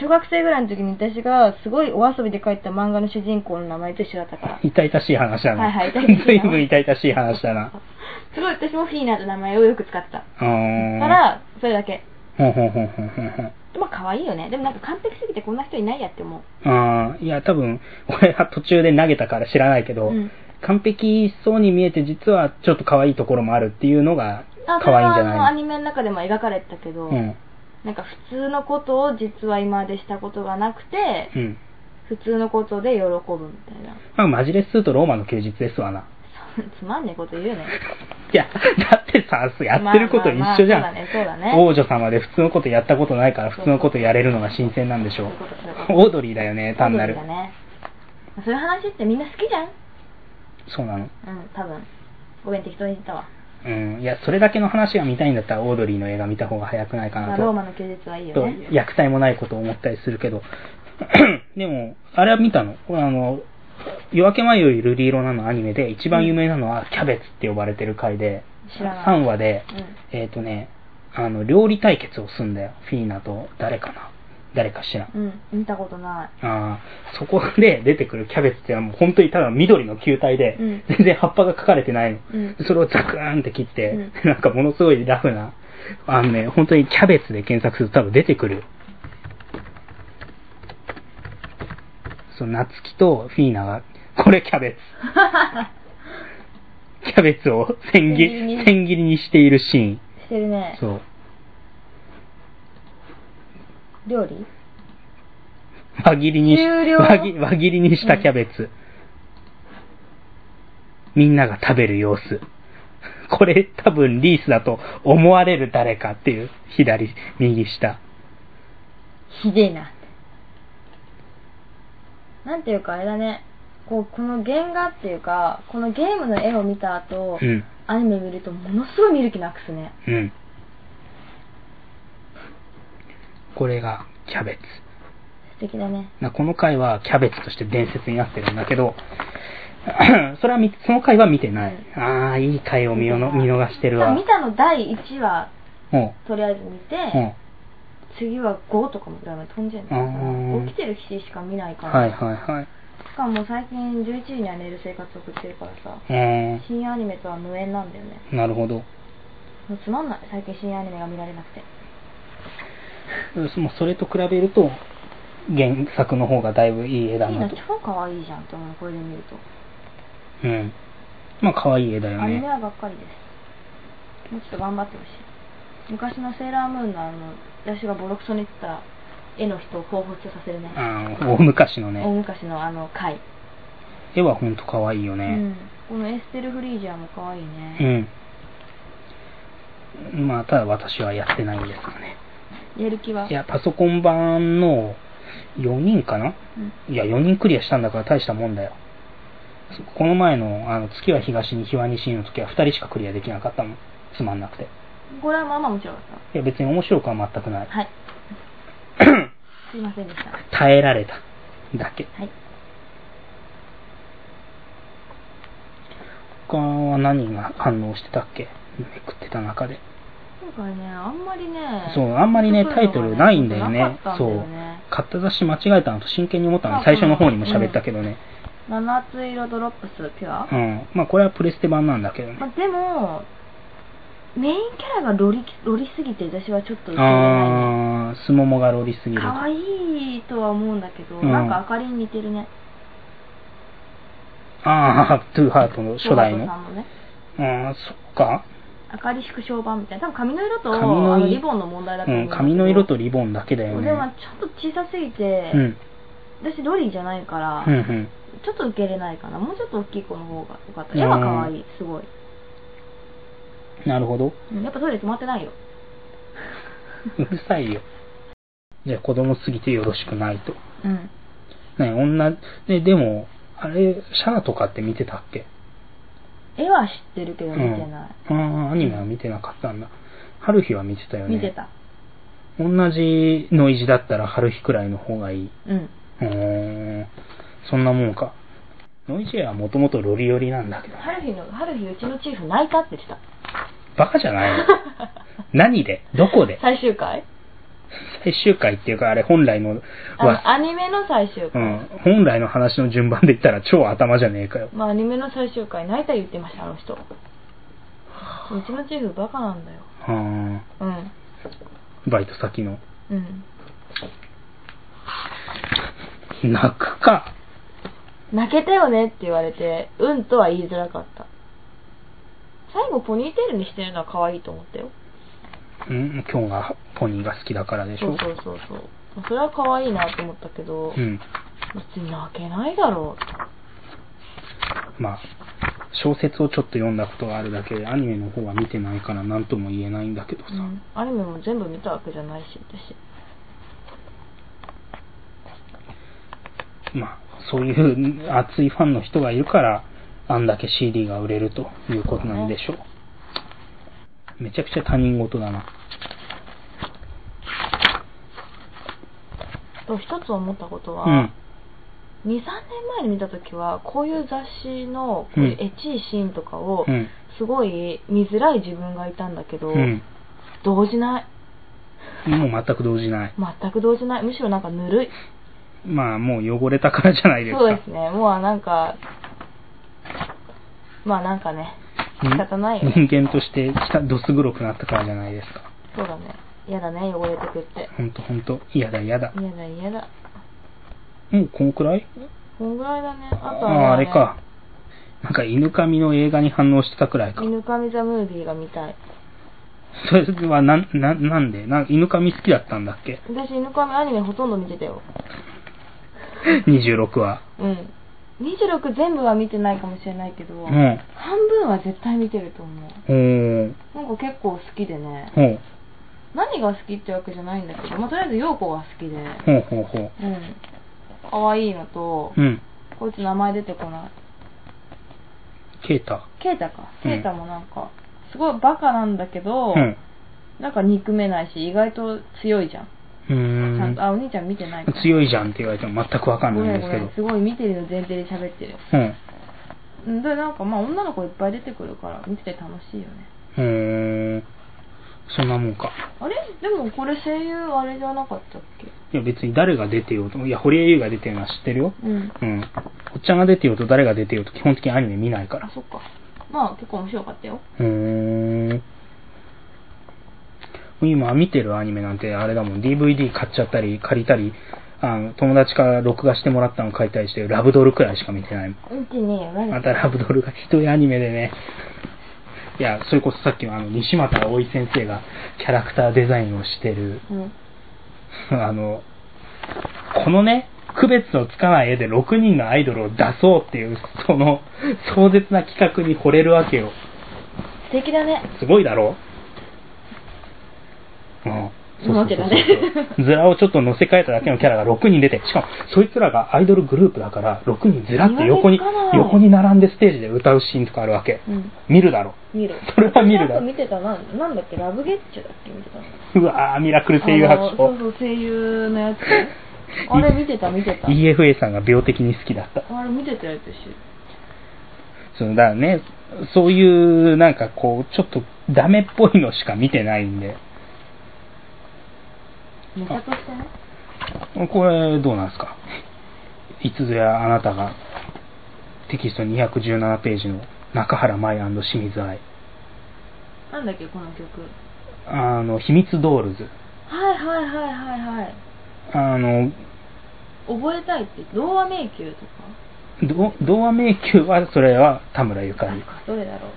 C: 小学生ぐらいの時に私がすごいお遊びで描いた漫画の主人公の名前と一緒だったから。
B: 痛々しい話だな。
C: はいはい痛々しい な
B: 随分痛々しい話だな。
C: すごい私もフィーナって名前をよく使ってた。か
B: うーん。
C: ら、それだけ。
B: ほんほんほんほんほんほん。
C: まあ可愛いよね。でもなんか完璧すぎてこんな人いないやって思う。
B: あーいや、多分、俺は途中で投げたから知らないけど、
C: うん
B: 完璧そうに見えて実はちょっと可愛いところもあるっていうのが
C: あ、そ
B: 可
C: れ
B: 愛いん
C: は
B: じゃ
C: あのア
B: ない
C: ニメの中でも描かれてたけど、
B: うん。
C: なんか普通のことを実は今までしたことがなくて、
B: うん。
C: 普通のことで喜ぶみたいな。
B: まあ、マジレス2とローマの休日ですわな。
C: つまんねえこと言うね。
B: いや、だってさ、やってること一緒じゃん。
C: まあまあまあそうだねそうだね
B: 王女様で普通のことやったことないから普通のことやれるのが新鮮なんでしょう
C: そういうことそういう。こと
B: オードリーだよね、単なる
C: そう。だね。そういう話ってみんな好きじゃん
B: そうなの。
C: うん、多分。ごめん、適当に言ったわ。
B: うん。いや、それだけの話が見たいんだったらオードリーの映画見た方が早くないか
C: ま
B: な
C: あ、
B: と。
C: ローマの休日はいいよ
B: と
C: ね。
B: 虐待もないことを思ったりするけど、でも、あれは見たのこれあの、夜明け前より瑠璃色なのアニメで、一番有名なのはキャベツって呼ばれてる回で、
C: 知らない。
B: 3話で、えっ、とね、あの、料理対決をすんだよ。フィーナと誰かな誰かしら。
C: うん。うん。見たことな
B: あーそこで出てくるキャベツってのはもう本当にただ緑の球体で、
C: うん
B: 全然葉っぱが描かれてないの。
C: い。 うん。
B: それをザクーンって切って、
C: うん
B: なんかものすごいラフな、あのね、本当にキャベツで検索すると多分出てくる。そう、夏希とフィーナが、これキャベツ。キャベツを千切
C: 千切り
B: り、
C: に
B: 千切りにしているシーン。
C: してるね。
B: そう。
C: 料理
B: 輪切りにし
C: 終了
B: 輪切り輪切りにしたキャベツ、みんなが食べる様子これ多分リースだと思われる誰かっていう左右下
C: ひでえな。なんていうかあれだね。こう、この原画っていうか、このゲームの絵を見た後、
B: うん
C: アニメ見るとものすごい見る気なくすね。
B: うんこれがキャベツ
C: 素敵だね。
B: なこの回はキャベツとして伝説になってるんだけど それは見その回は見てない、ああいい回を見よの見逃してるわ
C: 見たの第1話、
B: も
C: とりあえず見て、
B: う、うん、
C: 次は5とかも多分飛んじゃう
B: あー
C: 起きてる日しか見ないから。
B: はいはいはい
C: しかも最近11時には寝る生活を送ってるからさ、
B: え
C: 深夜アニメとは無縁なんだよね。
B: ー、なるほど
C: もうつまんない。最近深夜アニメが見られなくて。
B: そもうそれと比べると原作の方がだいぶいい絵だ
C: いい
B: な
C: な、
B: と。
C: 超可愛いじゃんって思う、これで見ると。
B: うん。まあ可愛い絵だよ
C: アニメ
B: ね。
C: はばっかりです。もうちょっと頑張ってほしい。昔のセーラームーンのあの、私がボロクソに言ってた絵の人を彷彿とさせるね。
B: ああ、大昔の
C: 大
B: ね。
C: 昔のあの回。
B: 絵はほんと可愛いよ
C: う
B: ね。
C: ん。このエステルフリージアも可愛いね。
B: うん。まあ、ただ私はやってないんですかね。
C: やる気はい
B: や、パソコン版の4人かな
C: うん
B: いや、4人クリアしたんだから大したもんだよ。そこの前の、あの、月は東に日は西にの時は2人しかクリアできなかったもん。つまんなくて。
C: これはまあまあ面白かっ
B: いや、別に面白くは全くない
C: た。。はい。すいませんでした。
B: 耐えられた。だけ。
C: はい。
B: 他は何が反応してたっけめくってた中で。
C: 今回ね、あんまりね、
B: そう、あんまりね、タイトルないんだよね
C: な。かったんだ
B: そう。
C: よね。
B: 買った雑誌間違えたのと真剣に思ったの最初の方にも喋ったけどね。
C: 七つ色ドロップスピュア、
B: うん。まあこれはプレステ版なんだけどね
C: ま。あ、でも、メインキャラがロリロリすぎて私はちょっと受け入れないね。
B: あー、すももがロリすぎると。
C: 可愛いとは思うんだけど、
B: うん
C: なんかあかりに似てるね。
B: あー、トゥーハートの初代
C: トマトさ
B: の。
C: んもね。
B: あー、そっか。
C: あかり縮小版みたいな。多分髪の色と
B: 髪
C: あ
B: の色
C: のリボンの問題だと
B: う
C: 思うん
B: ん、
C: だけど。
B: 髪の色とリボンだけだよね
C: で。もちょっと小さすぎて、
B: うん。
C: 私ロリじゃないから、
B: うんうん。
C: ちょっと受け入れないかな。もうちょっと大きい子の方が良かった。絵は可愛い、すごい。
B: なるほど。
C: うんやっぱトイレ止まってないよ。
B: うるさいよ。 じゃあ子供すぎてよろしくないと。
C: うん。
B: ね、女、ね、でも、あれ、シャナとかって見てたっけ
C: 絵は知ってるけど見てない。
B: うん。ああ、アニメは見てなかったんだ。春日は見てたよね。
C: 見て。た。
B: 同じノイジだったら春日くらいの方がいい。
C: うん。
B: うーん。そんなもんか。ノイジはもともとロリ寄りなんだけど。
C: 春日の、春日うちのチーフ泣いたってした。
B: バカじゃない の何でどこで
C: 最終回
B: 最終回っていうか、あれ本来の、
C: あ
B: わ
C: の、アニメの最終
B: う
C: 回。
B: ん。本来の話の順番で言ったら超頭じゃねえかよ。
C: まあ、アニメの最終回、泣いた言ってました、あの人。うちのチーフバカなんだよ。
B: うーん。
C: うん。
B: バイト先の。
C: うん。
B: 泣くか。
C: 泣けたよねって言われて、うんとは言いづらかった。最後、ポニーテールにしてるのは可愛いと思ったよ。
B: うん、今日がポニーが好きだからでし
C: そ
B: ょ
C: うそうそうそう。それは可愛いなと思ったけど、
B: ん。
C: 別に泣けないだろ
B: まあ、小説をちょっと読んだことがあるだけで、アニメの方は見てないから何とも言えないんだけど
C: う。
B: さ。
C: うん。アニメも全部見たわけじゃないし、私。
B: まあ、そういう熱いファンの人がいるから、あんだけ CD が売れるということなんでしょう。めちゃくちゃ他人事だな。
C: と一つ思ったことは、
B: うん。
C: 23年前に見た時はこういう雑誌のこ
B: う
C: うんいうエッチいシーンとかを
B: うん。
C: すごい見づらい自分がいたんだけど、
B: うん。
C: 動じない
B: もう全く動じない。
C: 全く動じないむしろなんかぬるい
B: まあ、もう汚れたからじゃないですか。
C: そうですねもうなんかまあなんかね仕方ないよね
B: 人間としてしたどす黒くなったからじゃないですか。
C: そうだね嫌だね汚れてくって
B: ほんとほんと。嫌だ嫌だ。
C: 嫌だ嫌だ
B: もうこんくらい
C: こんぐらいだねあと
B: あ
C: は
B: あ、あ
C: ね
B: れか。なんか犬神の映画に反応してたくらいか。
C: 犬神ザムービーが見たい
B: それはなん、なん、なんでな犬神好きだったんだっ け
C: 私犬神アニメほとんど見てたよ
B: ?26 話。
C: うん26全部は見てないかもしれないけど、
B: うん。
C: 半分は絶対見てると思う
B: おー。
C: なんか結構好きでね
B: ほう。
C: 何が好きってわけじゃないんだけど、まあ、とりあえず陽子が好きでう
B: ほうほうほ
C: ん可愛いのと、
B: う。うん。
C: こいつ名前出てこない
B: ケータ。
C: ケイタか
B: うん
C: ケイタもなんかすごいバカなんだけど、
B: うん。
C: なんか憎めないし意外と強いじゃん
B: う
C: ちゃんと
B: ー
C: あお兄ちゃん見てない
B: ん。
C: から
B: 強いじゃんって言われても全くわかん
C: ご
B: な
C: め
B: いん
C: ん
B: で
C: ご
B: すけ
C: め
B: ど
C: ん。すごい見てるの前提で喋ってる
B: うん。
C: うんでなんかまあ女の子いっぱい出てくるから見てて楽しいよね
B: うーん。そんなもんか。
C: あれでもこれ声優あれじゃなかったっ
B: いや別に誰が出てようと、いや堀江優が出てるのは知ってるよ。
C: けうん
B: うん。おっちゃんが出てようと誰が出てようと基本的にアニメ見ないか
C: あ
B: ら。
C: そっかまあ結構面白かったよ
B: うーん。今見てるアニメなんてあれだもん、DVD 買っちゃったり借りたり、あの友達から録画してもらったの借りたりして、ラブドルくらいしか見てないもん。
C: うんちねえ
B: またラブドルがひどいアニメでね。いや、それこそさっきのあの、西俣葵先生がキャラクターデザインをしてる、
C: うん
B: あの、このね、区別のつかない絵で6人のアイドルを出そうっていう、その壮絶な企画に惚れるわけよ。
C: 素敵だね
B: すごいだろ うん。
C: 思ってたね
B: ズラをちょっと乗せ替えただけのキャラが6人出て、しかもそいつらがアイドルグループだから、6人ずらって横に
C: 見分けつかな、い
B: 横に並んでステージで歌うシーンとかあるわけ。
C: うん
B: 見るだろ。
C: 見る
B: それは見るだろ
C: 私あと見てたななんだっけラブゲッチュだっけ見てたの
B: うわー、ミラクル声優
C: あの
B: 白
C: そ
B: 書。
C: うそう声優のやつ あれ見てた見てた
B: EFA さんが病的に好きだった。
C: あれ見てたよ私
B: そのだからね、そういう、なんかこう、ちょっとダメっぽいのしか見てないんで。
C: ネタとしてね
B: これ、どうなんですかいつぞやあなたが、テキスト217ページの中原舞清水愛。
C: なんだっけこの曲
B: あの、秘密ドールズ。
C: はいはいはいはいはい
B: あの、
C: 覚えたいって童話迷宮とか
B: ど童話迷宮は、それは田村ゆか
C: なん
B: り。
C: かどれだろう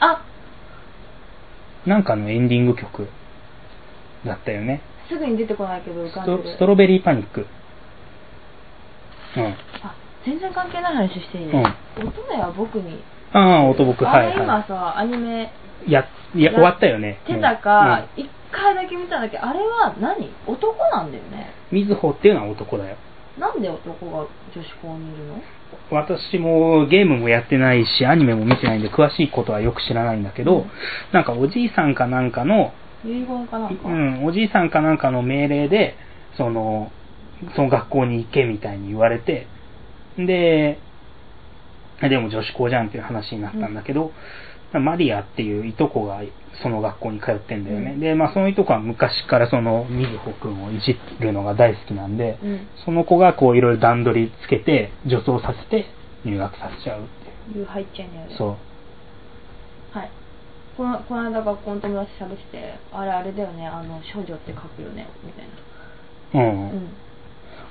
C: あ
B: なんかのエンディング曲だったよね。
C: すぐに出てこないけど浮
B: ス
C: かん
B: ト
C: でる
B: ストロベリーパニック。うん。
C: あ全然関係ない話していい、
B: うん
C: 乙女は僕に
B: ああ、音僕、
C: あ
B: はい、
C: れ
B: は
C: 今さアニメ
B: い。や、いや、終わったよね。
C: 手だか一、回だけ見たんだけどあれは何男なんだよね
B: うん、みずほっていうのは男だよ。
C: なんで男が女子校にいるの
B: 私もゲームもやってないし、アニメも見てないんで、詳しいことはよく知らないんだけど、
C: うん
B: なんかおじいさんかなんかの、
C: 遺言かなんか、
B: うん、おじいさんかなんかの命令で、その、その学校に行けみたいに言われて、で、でも女子校じゃんっていう話になったんだけど、マリアっていういとこがその学校に通ってんだよね。
C: うん
B: で、まあそのいとこは昔からそのみずほくんをいじるのが大好きなんで、
C: うん
B: その子がこういろいろ段取りつけて、女装させて入学させちゃうっていう。
C: 言う入っちゃいなよね
B: そう。
C: はいこのこの間学校の友達喋っててあれあれだよねあの少女って書くよねみたいな
B: うん。
C: うん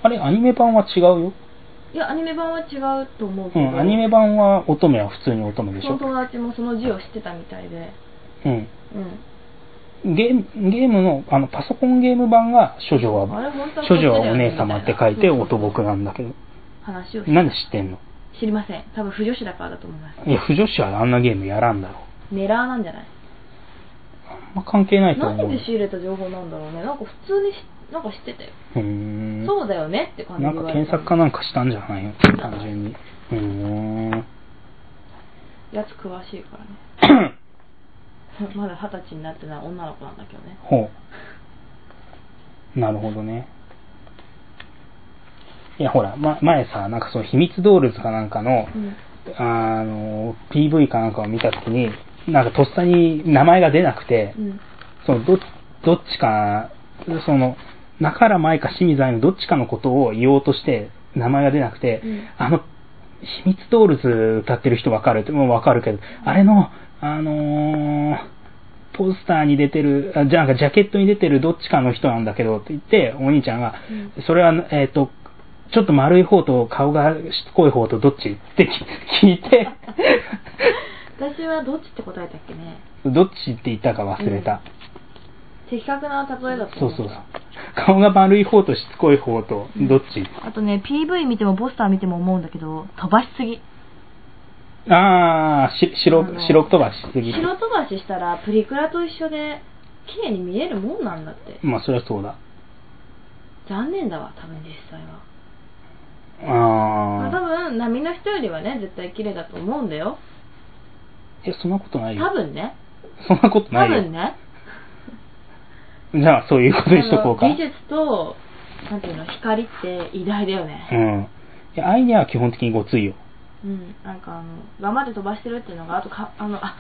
B: あれ、アニメ版は違うよ。
C: いやアニメ版は違うと思う
B: う
C: けど、
B: ん、アニメ版は乙女は普通に乙女でし
C: その
B: ょ。
C: 友達もその字を知ってたみたいで
B: うん。
C: うん
B: ゲーム、ゲームの、あの、パソコンゲーム版が、処女
C: あれ
B: は、
C: 本当は
B: 処女はお姉様って書いて、男
C: 僕
B: 僕なんだけど。
C: 話をして
B: なんで知ってんの
C: 知りません多分不女子だからだと思います
B: いや、不女子はあんなゲームやらんだろ。
C: 狙ラーなんじゃない
B: あんま関係ないと
C: 何
B: 思う。
C: で仕入れた情報なんだろうねなんか普通にしなんか知ってたよ、
B: うーん。
C: そうだよねって感じ
B: な
C: で
B: ん
C: 言
B: か
C: われ
B: 検
C: た
B: 索かなんかしたんじゃないの単純に。うーん。
C: やつ詳しいからね まだ二十歳になってない女の子なんだけどね
B: ほう。なるほどね。いや、ほら、ま、前さ、なんかその秘密ドールズかなんかの、
C: うん
B: あの、PV かなんかを見たときに、なんかとっさに名前が出なくて
C: う、ん
B: そのど、どっちか、その、中原舞か清水愛のどっちかのことを言おうとして、名前が出なくて、
C: うん
B: あの、秘密ドールズ歌ってる人わかるって、もうわかるけど、あれの、あのーポスターに出てる、あじゃあなんかジャケットに出てるどっちかの人なんだけどって言って、お兄ちゃんが、
C: う
B: それは、えっ、と、ちょっと丸い方と顔がしつこい方とどっちって聞い て、
C: 私はどっちって答えたっけね
B: どっちって言ったか忘れた。
C: 的確な例えだと
B: そう
C: 思
B: そうそう。顔が丸い方としつこい方と、どっち、
C: あとね PV 見てもポスター見ても思うんだけど飛ばしすぎ
B: ああ、し白
C: あの、
B: 白飛ばしすぎ。
C: 白飛ばししたらプリクラと一緒で綺麗に見えるもんなんだって
B: まあ、そりゃそうだ。
C: 残念だわ多分実際は、ま
B: あ
C: あ、多
B: あ。
C: 分波の人よりはね絶対綺麗だと思うんだよ
B: え、そんなことない
C: 多
B: よ。
C: 分ね
B: そんなこと
C: 多
B: ないよ。
C: 分ね
B: じゃあ、そういうことにしとこうか。
C: あの技術となんていうの光って偉大だよね
B: うん。いや、アイデアは基本的にごついよ。
C: うん、なんかあの頑張って飛ばしてるっていうのがあとかあのあ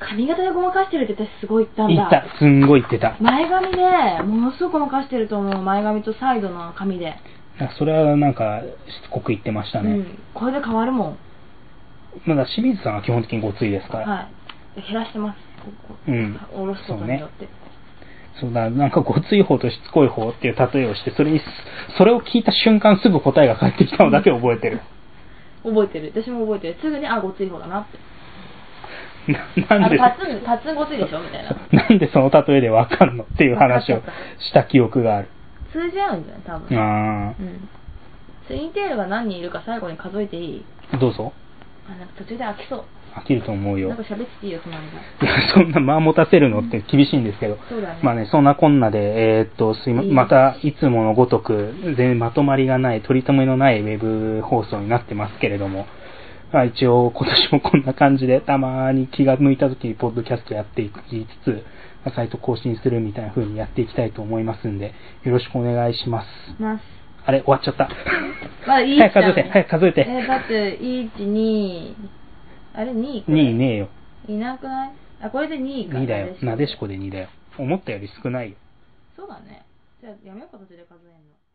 C: 髪型でごまかしてるって私すごい言ったん
B: 言
C: だ
B: った。すんごい言ってた。
C: 前髪でものすごくごまかしてると思う前髪とサイドの髪で、
B: なんかそれはなんか、しつこく言ってまし
C: う
B: たね。
C: ん、これで変わるもん
B: まだ清水さんは基本的にごついですから。
C: はい減らしてますここ
B: うん
C: 下ろすことによって、
B: そうだ、なんかごつい方としつこい方っていう例えをして、それにす、それを聞いた瞬間すぐ答えが返ってきたのだけ覚えてる。
C: 覚えてる私も覚えてるすぐにあごつい方だなって
B: な な
C: あ
B: んで、
C: パッツンパッツンごついでしょみたいな
B: なんでその例えでわかんのっていう話をした記憶がある。
C: 通じ合うんじゃない多分
B: あ
C: うんツインテールが何人いるか最後に数えていい
B: ーどうぞ。
C: あなんか途中で飽きそう
B: 飽きると思うよ
C: なんか。喋っていいよ隣で
B: い やそんな間持たせるのって厳しいんですけど。
C: そうだね。
B: まあね、そんなこんなで、えーっと、すいま、
C: いいね
B: また、いつものごとく、全然まとまりがない、取り留めのないウェブ放送になってますけれども、まあ一応、今年もこんな感じで、たまに気が向いた時に、ポッドキャストやっていきつつ、まあサイト更新するみたいな風にやっていきたいと思いますんで、よろしくお願いします。
C: ます。
B: あれ、終わっちゃ った。
C: まあ、いい
B: 早く数えて、早く数えて。
C: えーだって、1、2、あれ、2
B: 2いねえよ。
C: いなくないあ、これで2位か。
B: 2だよ。なでしこ
C: で。
B: で2だよ。思ったより少ないよ。
C: そうだね。じゃあ、やめようか、途中で数えるの。